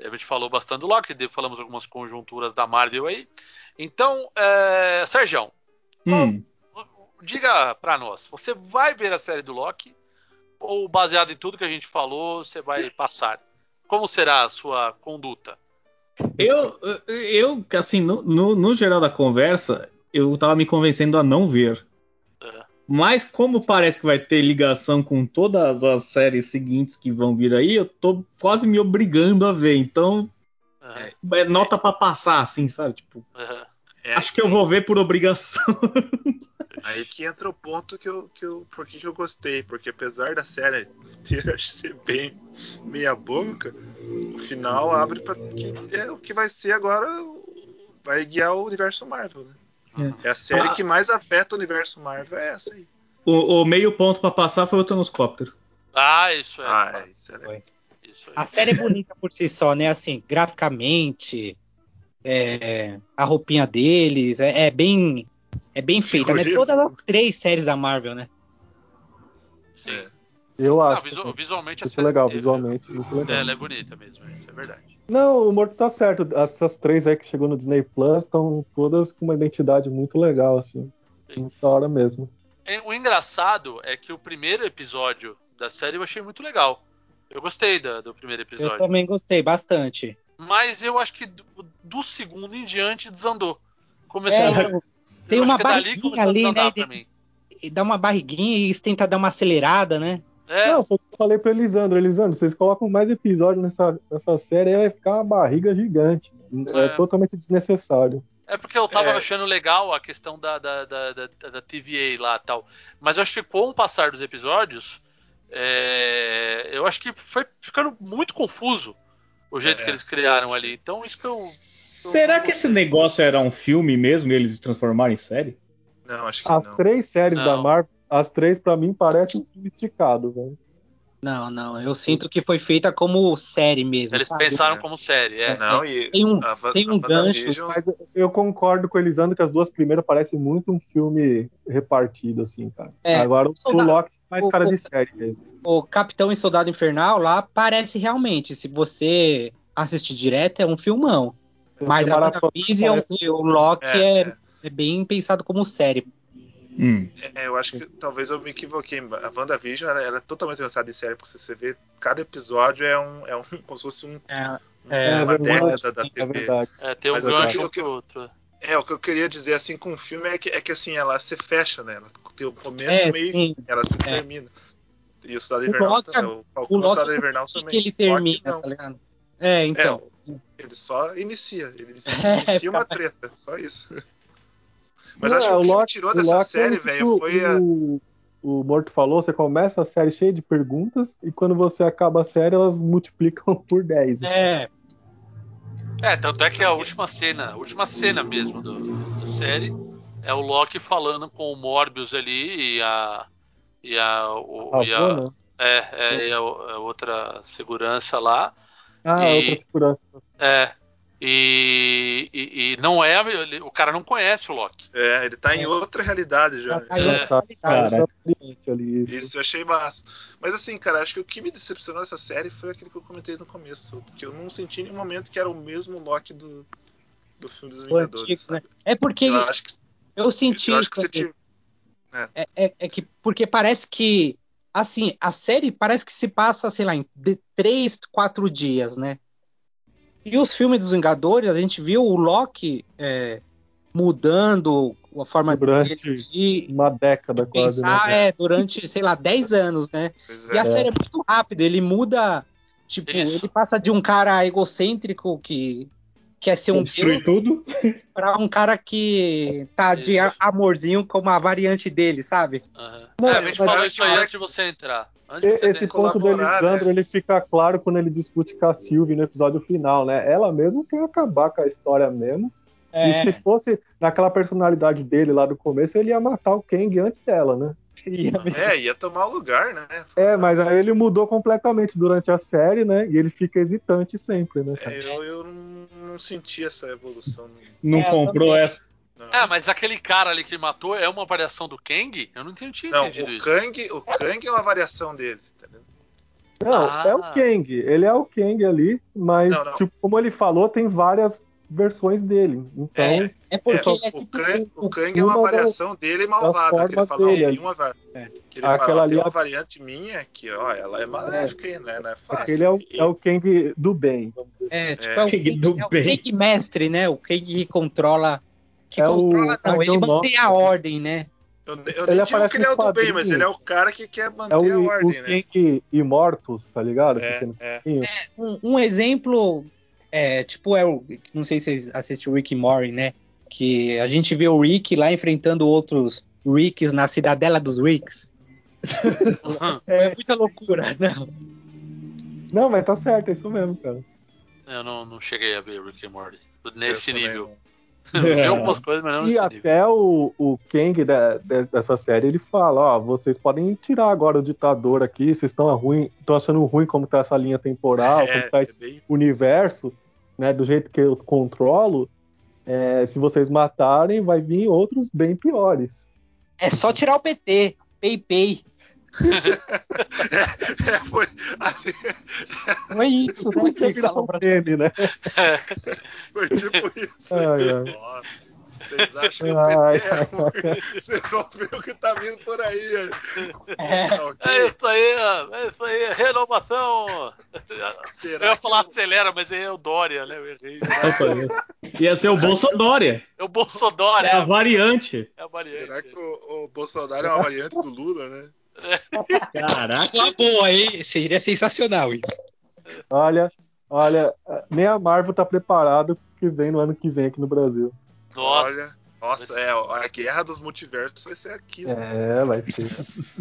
Speaker 3: É, A gente falou bastante do Loki, falamos algumas conjunturas da Marvel aí. Então, é, Sérgio,
Speaker 2: Hum.
Speaker 3: diga pra nós, você vai ver a série do Loki ou baseado em tudo que a gente falou, você vai passar? Como será a sua conduta?
Speaker 2: Eu, eu assim, no, no, no geral da conversa, eu tava me convencendo a não ver. Mas como parece que vai ter ligação com todas as séries seguintes que vão vir aí, eu tô quase me obrigando a ver. Então, é nota pra passar, assim, sabe? Tipo,
Speaker 4: É
Speaker 2: acho que eu vou ver por obrigação.
Speaker 4: Aí que entra o ponto que eu, que eu, por que que eu gostei, porque apesar da série ter- ser bem meia boca, o final abre pra. que é o que vai ser agora o- vai guiar o universo Marvel, né? É a série
Speaker 2: Ah.
Speaker 4: que mais afeta o universo Marvel, é essa aí.
Speaker 2: o, o meio ponto pra passar foi o Thanoscóptero.
Speaker 3: Ah, isso é.
Speaker 4: Ah, é, isso é legal.
Speaker 7: A série é bonita por si só, né? Assim, graficamente, é, a roupinha deles, é, é bem. É bem feita, né?
Speaker 1: Escolhido.
Speaker 7: Todas as três séries da Marvel, né?
Speaker 1: Eu
Speaker 3: Ah,
Speaker 1: acho. assim,
Speaker 3: visu- visualmente a
Speaker 1: Muito
Speaker 3: série
Speaker 1: legal,
Speaker 3: é-
Speaker 1: visualmente, muito legal.
Speaker 3: Ela é bonita mesmo, isso é verdade.
Speaker 1: Não, o Morto tá certo. Essas três aí que chegou no Disney Plus estão todas com uma identidade muito legal, assim. Muito da hora mesmo.
Speaker 3: É, O engraçado é que o primeiro episódio da série eu achei muito legal. Eu gostei da- do primeiro
Speaker 7: Eu
Speaker 3: episódio.
Speaker 7: também gostei bastante.
Speaker 3: Mas eu acho que do, do segundo em diante desandou. Começou.
Speaker 7: É,
Speaker 3: eu
Speaker 7: tem
Speaker 3: acho
Speaker 7: uma
Speaker 3: que dali
Speaker 7: barriguinha
Speaker 3: começou a
Speaker 7: ali,
Speaker 3: desandar
Speaker 7: né?
Speaker 3: pra mim.
Speaker 7: E dá uma barriguinha e eles tentam dar uma acelerada, né?
Speaker 3: É.
Speaker 1: Não, foi o que eu falei pro Elisandro. Elisandro, vocês colocam mais episódio nessa, nessa série, aí vai ficar uma barriga gigante. É,
Speaker 3: É.
Speaker 1: totalmente desnecessário.
Speaker 3: É porque eu tava achando legal a questão da, da, da, da, da TVA lá e tal. Mas eu acho que com o passar dos episódios, é, eu acho que foi ficando muito confuso o
Speaker 4: É.
Speaker 3: jeito que eles criaram ali. Então isso que eu.
Speaker 2: Será que esse negócio era um filme mesmo e eles transformaram em série?
Speaker 4: Não, acho
Speaker 7: Ah,
Speaker 1: As três séries da Marvel, as três pra mim parecem um filme esticado, velho.
Speaker 7: Não, não. Eu sinto que foi feita como série mesmo.
Speaker 3: Eles
Speaker 7: sabe?
Speaker 3: pensaram como série, é.
Speaker 4: Não, e
Speaker 7: Tem um,
Speaker 4: a Va-
Speaker 7: tem
Speaker 4: a
Speaker 7: um gancho.
Speaker 4: WandaVision-
Speaker 1: Mas eu concordo com o Elisandro que as duas primeiras parecem muito um filme repartido, assim, cara.
Speaker 7: É.
Speaker 1: Agora o, o Loki tem mais
Speaker 7: O-
Speaker 1: cara
Speaker 7: o-
Speaker 1: de série mesmo.
Speaker 7: O Capitão e Soldado Infernal lá parece realmente, se você assistir direto, é um filmão. Mas a
Speaker 1: maratona
Speaker 7: WandaVision
Speaker 1: parece-
Speaker 7: e um o Loki
Speaker 4: É,
Speaker 7: é, é bem pensado como série.
Speaker 2: Hum,
Speaker 4: É, eu acho que talvez eu me equivoquei. A WandaVision ela, ela é totalmente pensada em série, porque você vê cada episódio é um, é um como se fosse um,
Speaker 7: é
Speaker 4: uma
Speaker 1: verdade,
Speaker 4: década da
Speaker 1: é
Speaker 4: TV.
Speaker 1: verdade.
Speaker 3: É, tem um
Speaker 4: Mas eu
Speaker 3: gancho
Speaker 4: acho
Speaker 3: que outro.
Speaker 4: É, o que eu queria dizer assim com o filme é que, é que assim, ela se fecha, né? Ela tem o começo,
Speaker 7: É,
Speaker 4: meio e
Speaker 7: sim.
Speaker 4: fim, ela se
Speaker 7: É.
Speaker 4: termina. E o Cidade
Speaker 7: O
Speaker 4: Invernal
Speaker 7: Loki-
Speaker 4: também. né? O
Speaker 7: o
Speaker 4: Falcão e o
Speaker 7: Loki,
Speaker 4: Cidade Invernal
Speaker 7: O que,
Speaker 4: também.
Speaker 7: que ele
Speaker 4: Loki,
Speaker 7: termina,
Speaker 4: não.
Speaker 7: tá ligado? É, então.
Speaker 4: Ele só inicia. Ele inicia,
Speaker 7: É,
Speaker 4: inicia uma
Speaker 7: capaz.
Speaker 4: treta, só isso. Mas
Speaker 1: Não,
Speaker 4: acho que
Speaker 1: é,
Speaker 4: o,
Speaker 1: o
Speaker 4: que me
Speaker 1: Loki-
Speaker 4: tirou
Speaker 1: o
Speaker 4: dessa
Speaker 1: Loki é
Speaker 4: série,
Speaker 1: isso que
Speaker 4: velho, foi a.
Speaker 1: o, o Morto falou, você começa a série cheia de perguntas e quando você acaba a série, elas multiplicam por 10. assim.
Speaker 7: É,
Speaker 3: É, tanto é que a última cena, a última cena mesmo do- da série é o Loki falando com o Morbius ali e a. E a. o-
Speaker 1: Ah,
Speaker 3: e a-
Speaker 1: boa, né?
Speaker 3: é, é, e a o- a outra segurança lá.
Speaker 1: Ah,
Speaker 3: E-
Speaker 1: outra segurança.
Speaker 3: É. E, e- e não é. ele- O cara não conhece o Loki.
Speaker 4: É, ele tá em outra realidade já.
Speaker 7: Aí
Speaker 3: É.
Speaker 1: Já tá,
Speaker 7: Cara.
Speaker 1: já tá experiente ali, isso.
Speaker 4: Isso eu achei massa. Mas assim, cara, acho que o que me decepcionou nessa série foi aquilo que eu comentei no começo. Que eu não senti em nenhum momento que era o mesmo Loki do, do filme dos
Speaker 7: o
Speaker 4: Vingadores.
Speaker 7: antigo, né? É porque
Speaker 4: Eu
Speaker 7: ele-
Speaker 4: acho que,
Speaker 7: eu senti.
Speaker 4: eu acho que você
Speaker 7: também.
Speaker 4: tive.
Speaker 7: É, é- é que porque parece que assim a série parece que se passa sei lá em de três quatro dias né e os filmes dos Vingadores a gente viu o Loki é, mudando a forma
Speaker 1: Durante
Speaker 7: de
Speaker 1: Uma década quase,
Speaker 7: pensar
Speaker 1: né?
Speaker 7: é, durante sei lá 10 anos né
Speaker 4: Pois
Speaker 7: e a
Speaker 1: É.
Speaker 7: série é muito rápida ele muda tipo
Speaker 3: Isso.
Speaker 7: ele passa de um cara egocêntrico que quer ser um
Speaker 2: Destruir tudo?
Speaker 7: para um cara que tá de
Speaker 3: Isso.
Speaker 7: a- amorzinho como a variante dele sabe
Speaker 3: Aham.
Speaker 1: Não,
Speaker 3: É, a gente
Speaker 1: mas
Speaker 3: falou
Speaker 1: eu-
Speaker 3: isso aí antes de você entrar. Antes de
Speaker 1: E-
Speaker 3: você
Speaker 1: Esse
Speaker 3: entrar.
Speaker 1: ponto do
Speaker 4: colaborar,
Speaker 1: Elisandro,
Speaker 4: né?
Speaker 1: ele fica claro quando ele discute com a Sylvie no episódio final, né? Ela mesmo quer acabar com a história mesmo.
Speaker 7: É.
Speaker 1: E se fosse naquela personalidade dele lá do começo, ele ia matar o Kang antes dela, né?
Speaker 4: Ia é, ia tomar o lugar, né?
Speaker 1: É, mas aí ele mudou completamente durante a série, né? E ele fica hesitante sempre, né?
Speaker 4: É, eu, eu não, não senti essa evolução.
Speaker 2: Não
Speaker 4: é,
Speaker 2: comprou essa.
Speaker 3: Não. Ah, mas aquele cara ali que matou é uma variação do Kang? Eu não tinha entendido o
Speaker 4: não, isso. Kang, o Kang é uma variação dele, tá vendo?
Speaker 1: Não, ah. é o Kang. Ele é o Kang ali, mas, não, tipo, como ele falou, tem várias versões dele. Então,
Speaker 4: é, é porque é,
Speaker 7: tipo,
Speaker 4: o, Kang, o Kang é uma, uma variação das, dele malvada, que ele fala, dele, uma, é. que ele Aquela fala, ali, uma variante minha que, ó, ela é maléfica, é, né? Não é fácil.
Speaker 1: Aquele é o, é o Kang do bem.
Speaker 7: É, tipo, é, o Kang do é bem. o Kang mestre, né? O Kang que controla... Que
Speaker 1: é
Speaker 7: controla, o, não, ele mantém a ordem, né?
Speaker 4: Eu, eu ele aparece que ele é o do bem, mas ele é o cara que quer manter é o, a ordem, o né?
Speaker 1: Kang Imortus, tá ligado?
Speaker 4: É, é.
Speaker 7: Um, um exemplo é, tipo, é o, não sei se vocês assistem o Rick Mori, né? Que a gente vê o Rick lá enfrentando outros Ricks na cidadela dos Ricks. é, é, muita loucura, não.
Speaker 1: Não, mas tá certo, é isso mesmo, cara.
Speaker 3: Eu não, não cheguei a ver Rick and Morty nesse eu nível. É. algumas coisas, mas não
Speaker 1: e até o, o Kang da, da, dessa série ele fala: Ó, vocês podem tirar agora o ditador aqui, vocês estão ruim, estão achando ruim como tá essa linha temporal, é, como tá é esse bem... universo, né? Do jeito que eu controlo. É, se vocês matarem, vai vir outros bem piores.
Speaker 7: É só tirar o PT, PayPay.
Speaker 4: é, foi...
Speaker 7: foi isso, né? foi
Speaker 1: que virou um meme, né?
Speaker 4: foi tipo isso. Ai, ai. Nossa, vocês acham ai, que o PT é Vocês vão ver o que tá vindo por aí.
Speaker 3: É, tá, okay. é isso aí, é isso aí, renovação. Será eu ia falar eu... acelera, mas aí é o Dória, né? Eu errei.
Speaker 2: Nossa, ia ser o Bolsodória.
Speaker 3: É o Bolsodória.
Speaker 2: É a variante.
Speaker 3: É a variante.
Speaker 4: Será que o, o Bolsonaro é uma variante do Lula, né?
Speaker 7: Caraca. Uma Tá boa, hein? Seria sensacional isso.
Speaker 1: Olha, olha, nem a Marvel tá preparada que vem no ano que vem aqui no Brasil.
Speaker 4: Nossa. Olha. Nossa, é, a guerra dos multiversos vai ser aqui.
Speaker 1: Né? É, vai ser.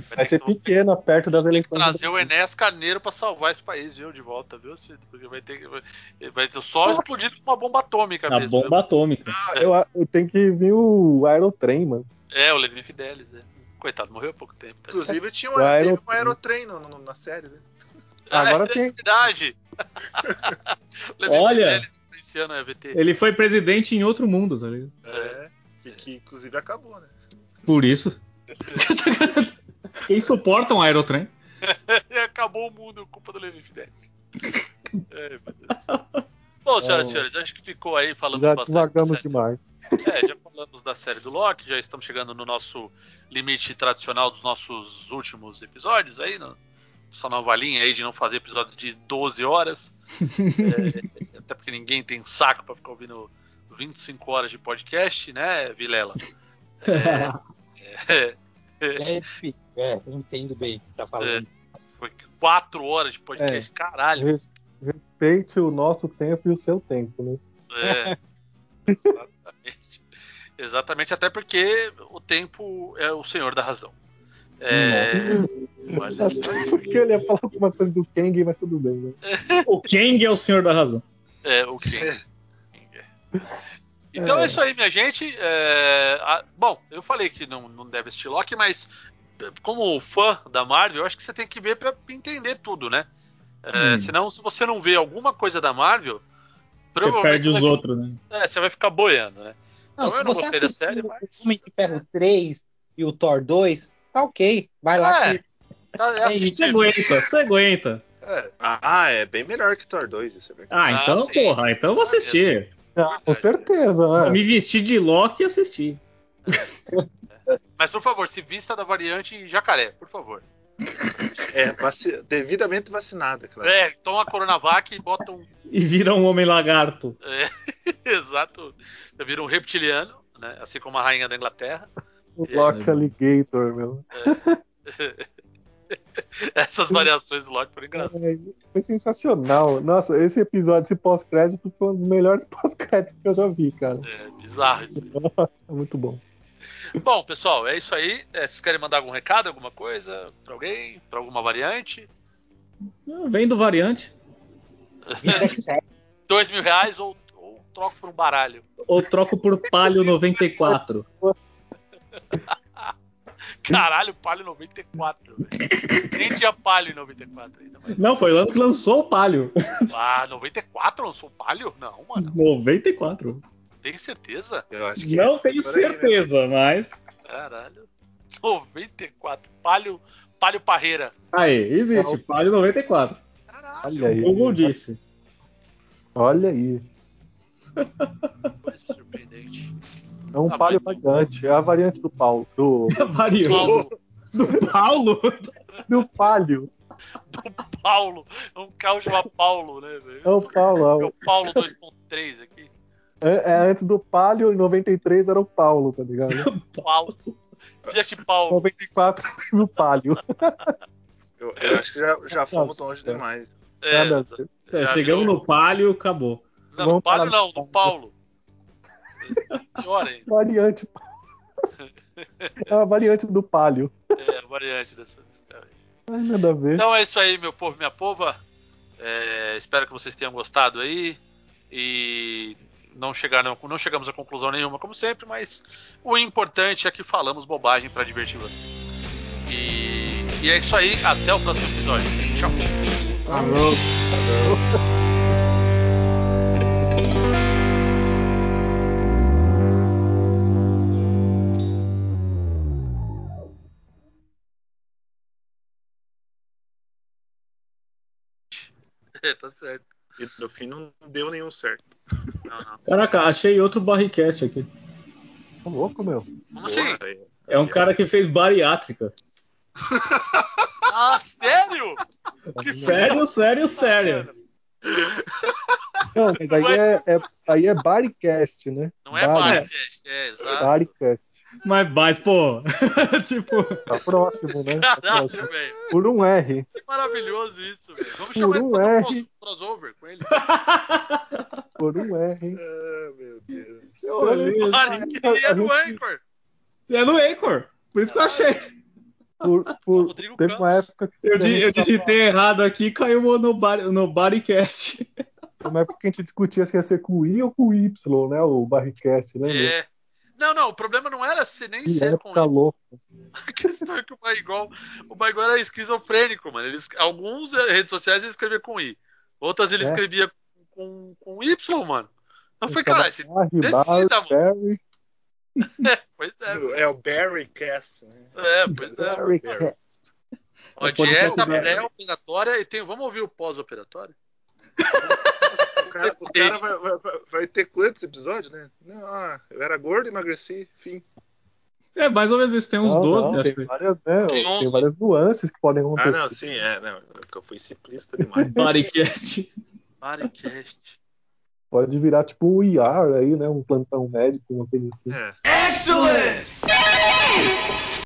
Speaker 1: Vai, vai ser pequena, perto das eleições.
Speaker 3: trazer o Enéas Carneiro pra salvar esse país, viu? De volta, viu, Cid? Porque vai ter que. Vai ter só explodido com uma bomba atômica
Speaker 2: a mesmo. bomba viu? atômica.
Speaker 1: Ah, eu, eu, tenho que vir o Aerotrem, mano.
Speaker 3: É, o Levi Fidelis, é. Coitado, morreu há pouco tempo. Tá
Speaker 4: Inclusive tinha um, aer um aerotrem no, no, na série, né?
Speaker 1: Agora é, tem.
Speaker 3: É verdade.
Speaker 2: Olha.
Speaker 3: é
Speaker 2: Ele foi presidente em outro mundo, tá ligado?
Speaker 4: É, que, que inclusive acabou, né?
Speaker 2: Por isso. Quem suporta um aerotrem?
Speaker 3: acabou o mundo, culpa do Levi Fidelis. É, meu Deus. Bom, senhoras e é, senhores, acho que ficou aí falando
Speaker 1: já bastante. Vagamos demais.
Speaker 3: É, já falamos da série do Loki, já estamos chegando no nosso limite tradicional dos nossos últimos episódios aí, no, essa nova linha aí de não fazer episódio de 12 horas. é, até porque ninguém tem saco para ficar ouvindo 25 horas de podcast, né, Vilela?
Speaker 7: É, é, é entendo bem o que tá falando.
Speaker 3: foi 4 horas de podcast, caralho.
Speaker 1: Res respeite o nosso tempo e o seu tempo, né?
Speaker 3: É. Exatamente. exatamente, até porque o tempo é o senhor da razão. É...
Speaker 1: Olha só. Porque ele ia falar alguma coisa do Kang, mas tudo bem, né?
Speaker 2: o Kang é o senhor da razão.
Speaker 3: É, o Kang. Então é. é. isso aí, minha gente. É... Ah, bom, eu falei que não, não deve assistir Loki, mas é, como fã da Marvel, eu acho que você tem que ver para entender tudo, né? É, hum. Senão, se você não vê alguma coisa da Marvel,
Speaker 2: você perde os outros, né?
Speaker 3: É, você vai ficar boiando, né?
Speaker 7: Não, então, eu não gostei da série, mas. O Homem de Ferro 3 e o Thor 2, tá ok. Vai é, lá. Que...
Speaker 2: Tá, é
Speaker 3: assim.
Speaker 2: é, você aguenta, você aguenta.
Speaker 4: Ah, é bem melhor que Thor 2, isso é
Speaker 2: verdade. Ah, então, ah, porra, então eu vou assistir.
Speaker 1: Ah, com certeza,
Speaker 2: né? Me vestir de Loki e assistir.
Speaker 3: Mas por favor, se vista da variante jacaré, por favor.
Speaker 4: É, vaci devidamente vacinada, claro.
Speaker 3: É, toma a Coronavac e bota um.
Speaker 2: E vira um homem lagarto.
Speaker 3: É, exato. Vira um reptiliano, né? Assim como a rainha da Inglaterra.
Speaker 1: O
Speaker 3: né?
Speaker 1: Loki é, Alligator, meu.
Speaker 3: É. Essas variações do Loki por engraçado. É,
Speaker 1: foi sensacional. Nossa, esse episódio, esse pós-crédito, foi um dos melhores pós-créditos que eu já vi, cara.
Speaker 3: É, bizarro isso.
Speaker 1: Nossa, muito bom.
Speaker 3: Bom, pessoal, é isso aí. É, vocês querem mandar algum recado, alguma coisa para alguém, para alguma variante?
Speaker 2: Ah, Vem do variante.
Speaker 7: é
Speaker 3: Dois mil reais ou, ou, troco por um baralho.
Speaker 2: Ou troco por palho 94.
Speaker 3: Caralho, Palio 94, velho. Nem tinha Palio em 94 ainda. Mas...
Speaker 2: Não, foi o ano que lançou o Palio.
Speaker 3: Ah, 94 lançou o Palio? Não, mano.
Speaker 2: 94.
Speaker 3: Tem certeza?
Speaker 4: Eu acho que
Speaker 2: Não tenho
Speaker 4: por aí, né?
Speaker 2: certeza, mas.
Speaker 3: Caralho. 94. Palio, Palio Parreira.
Speaker 2: Aí, existe, Palio 94.
Speaker 1: Olha aí.
Speaker 2: O Google disse.
Speaker 1: Olha aí.
Speaker 3: Coisa surpreendente.
Speaker 1: É um
Speaker 3: Ah,
Speaker 1: palio
Speaker 3: mas-
Speaker 1: gigante. É a variante do pau. Do,
Speaker 2: Variou.
Speaker 3: Paulo,
Speaker 2: Do Paulo?
Speaker 1: do palio.
Speaker 3: Paulo. É um carro chamado Paulo, né, velho?
Speaker 1: É o Paulo.
Speaker 3: É
Speaker 1: é
Speaker 3: o
Speaker 1: o-
Speaker 3: Paulo 2.3 aqui.
Speaker 1: É, é antes do palio, em 93 era o Paulo, tá ligado?
Speaker 3: Paulo. Fiat Paulo.
Speaker 1: 94 no palio.
Speaker 4: Eu, eu acho que já, já fomos longe demais.
Speaker 3: É,
Speaker 1: Nada a ver.
Speaker 2: É,
Speaker 3: já
Speaker 2: chegamos
Speaker 3: viu?
Speaker 2: no Palio, acabou.
Speaker 3: Não, no
Speaker 1: Vamos
Speaker 3: Paulo
Speaker 1: parar
Speaker 3: não,
Speaker 1: no
Speaker 3: no Paulo. É, Pior ainda.
Speaker 1: Variante. É uma variante do palio.
Speaker 3: É, a variante dessa desse cara aí.
Speaker 1: Ai, Nada a ver.
Speaker 3: Então é isso aí, meu povo, minha pova. É, espero que vocês tenham gostado aí. E não, chegaram, não chegamos a conclusão nenhuma, como sempre, mas o importante é que falamos bobagem pra divertir vocês. E, e é isso aí, até o próximo episódio. Tchau.
Speaker 7: Falou.
Speaker 1: Tá
Speaker 3: É, tá certo.
Speaker 4: E no fim não deu nenhum certo.
Speaker 3: Não, não.
Speaker 2: Caraca, achei outro barricast aqui.
Speaker 1: Tá louco, meu.
Speaker 3: Como assim?
Speaker 4: Porra, velho.
Speaker 2: É um cara que fez bariátrica.
Speaker 3: Ah, sério?
Speaker 2: Sério, sério, sério.
Speaker 1: Não, mas aí é, é, aí é baricast, né?
Speaker 3: Não é
Speaker 1: Bari-
Speaker 3: Barcast, é exato.
Speaker 1: Baricast.
Speaker 2: Mas, mas, pô. tipo,
Speaker 1: Tá próximo, né? Tá próximo.
Speaker 3: Caralho, velho.
Speaker 1: Por um R.
Speaker 3: Que maravilhoso isso, velho. Vamos
Speaker 1: Por
Speaker 3: chamar ele
Speaker 1: um
Speaker 3: pra fazer um
Speaker 1: R.
Speaker 3: cross- crossover com ele.
Speaker 1: Por um R.
Speaker 4: Ah, meu Deus.
Speaker 2: eu olhei.
Speaker 3: Pare que ele é do Anchor.
Speaker 2: É no Anchor. Por isso que eu achei.
Speaker 1: Por, por...
Speaker 3: Rodrigo
Speaker 1: Teve
Speaker 3: Campos.
Speaker 1: uma época que
Speaker 2: Eu, di-
Speaker 1: a
Speaker 2: eu
Speaker 1: gente tava-
Speaker 2: digitei errado aqui e caiu no, bar, no baricast.
Speaker 1: Teve uma época que a gente discutia se ia ser com I ou com Y, né? O barricast, lembra?
Speaker 3: É. Não, não, o problema não era ser nem
Speaker 1: E
Speaker 3: ser
Speaker 1: era
Speaker 3: com
Speaker 1: ficar
Speaker 3: ele.
Speaker 1: louco.
Speaker 3: A questão é que o Baigol, o Baigol era esquizofrênico, mano. Ele, es- alguns eh, redes sociais ele escrevia com I. Outras ele
Speaker 1: É.
Speaker 3: escrevia com, com Y, mano. Eu falei,
Speaker 1: Ficava
Speaker 3: caralho, esse- tipo,
Speaker 1: Barry,
Speaker 3: decida,
Speaker 1: Barry, Barry,
Speaker 3: pois é,
Speaker 4: É o Barry Cass, né?
Speaker 3: é, pois é.
Speaker 1: Barry,
Speaker 4: Barry.
Speaker 3: Ó,
Speaker 2: Eu posso
Speaker 3: dieta
Speaker 2: considerar-
Speaker 3: pré-operatória e tem. Vamos ouvir o pós-operatório?
Speaker 4: O cara, o cara vai, vai- vai ter quantos episódios, né? Não, ah, eu era gordo, emagreci, fim.
Speaker 2: É mais ou menos isso, tem uns
Speaker 1: Não,
Speaker 2: 12,
Speaker 1: não,
Speaker 2: acho.
Speaker 1: tem, várias, né,
Speaker 3: Tem
Speaker 1: tem
Speaker 3: 11.
Speaker 1: várias nuances que podem
Speaker 4: Ah,
Speaker 1: acontecer.
Speaker 4: não, sim, é, não, eu fui simplista demais.
Speaker 2: Baricast.
Speaker 3: Maricast.
Speaker 1: Pode virar tipo um IR aí, né? Um plantão médico, uma coisa assim.
Speaker 4: É.